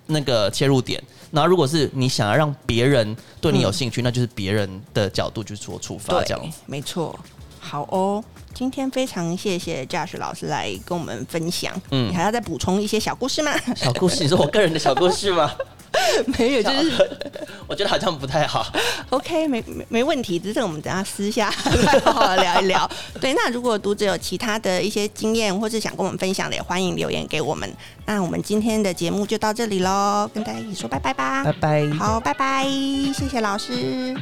Speaker 2: 那个切入点。然后，如果是你想要让别人对你有兴趣，那就是别人的角度去做出发，这样
Speaker 1: 嗯对。，没错。好哦，今天非常谢谢 Josh 老师来跟我们分享。嗯，
Speaker 2: 嗯
Speaker 1: 你还要再补充一些小故事 吗？
Speaker 2: 小故事，你说我个人的小故事吗？
Speaker 1: 没有，就是
Speaker 2: 我觉得好像不太好。
Speaker 1: OK，没没没问题。只是我们等一下私下 再好好聊一聊。对，那如果读者有其他的一些经验，或是想跟我们分享的，也欢迎留言给我们。那我们今天的节目就到这里喽，跟大家一起说拜拜吧。
Speaker 2: 拜拜。
Speaker 1: 好，拜拜，谢谢老师。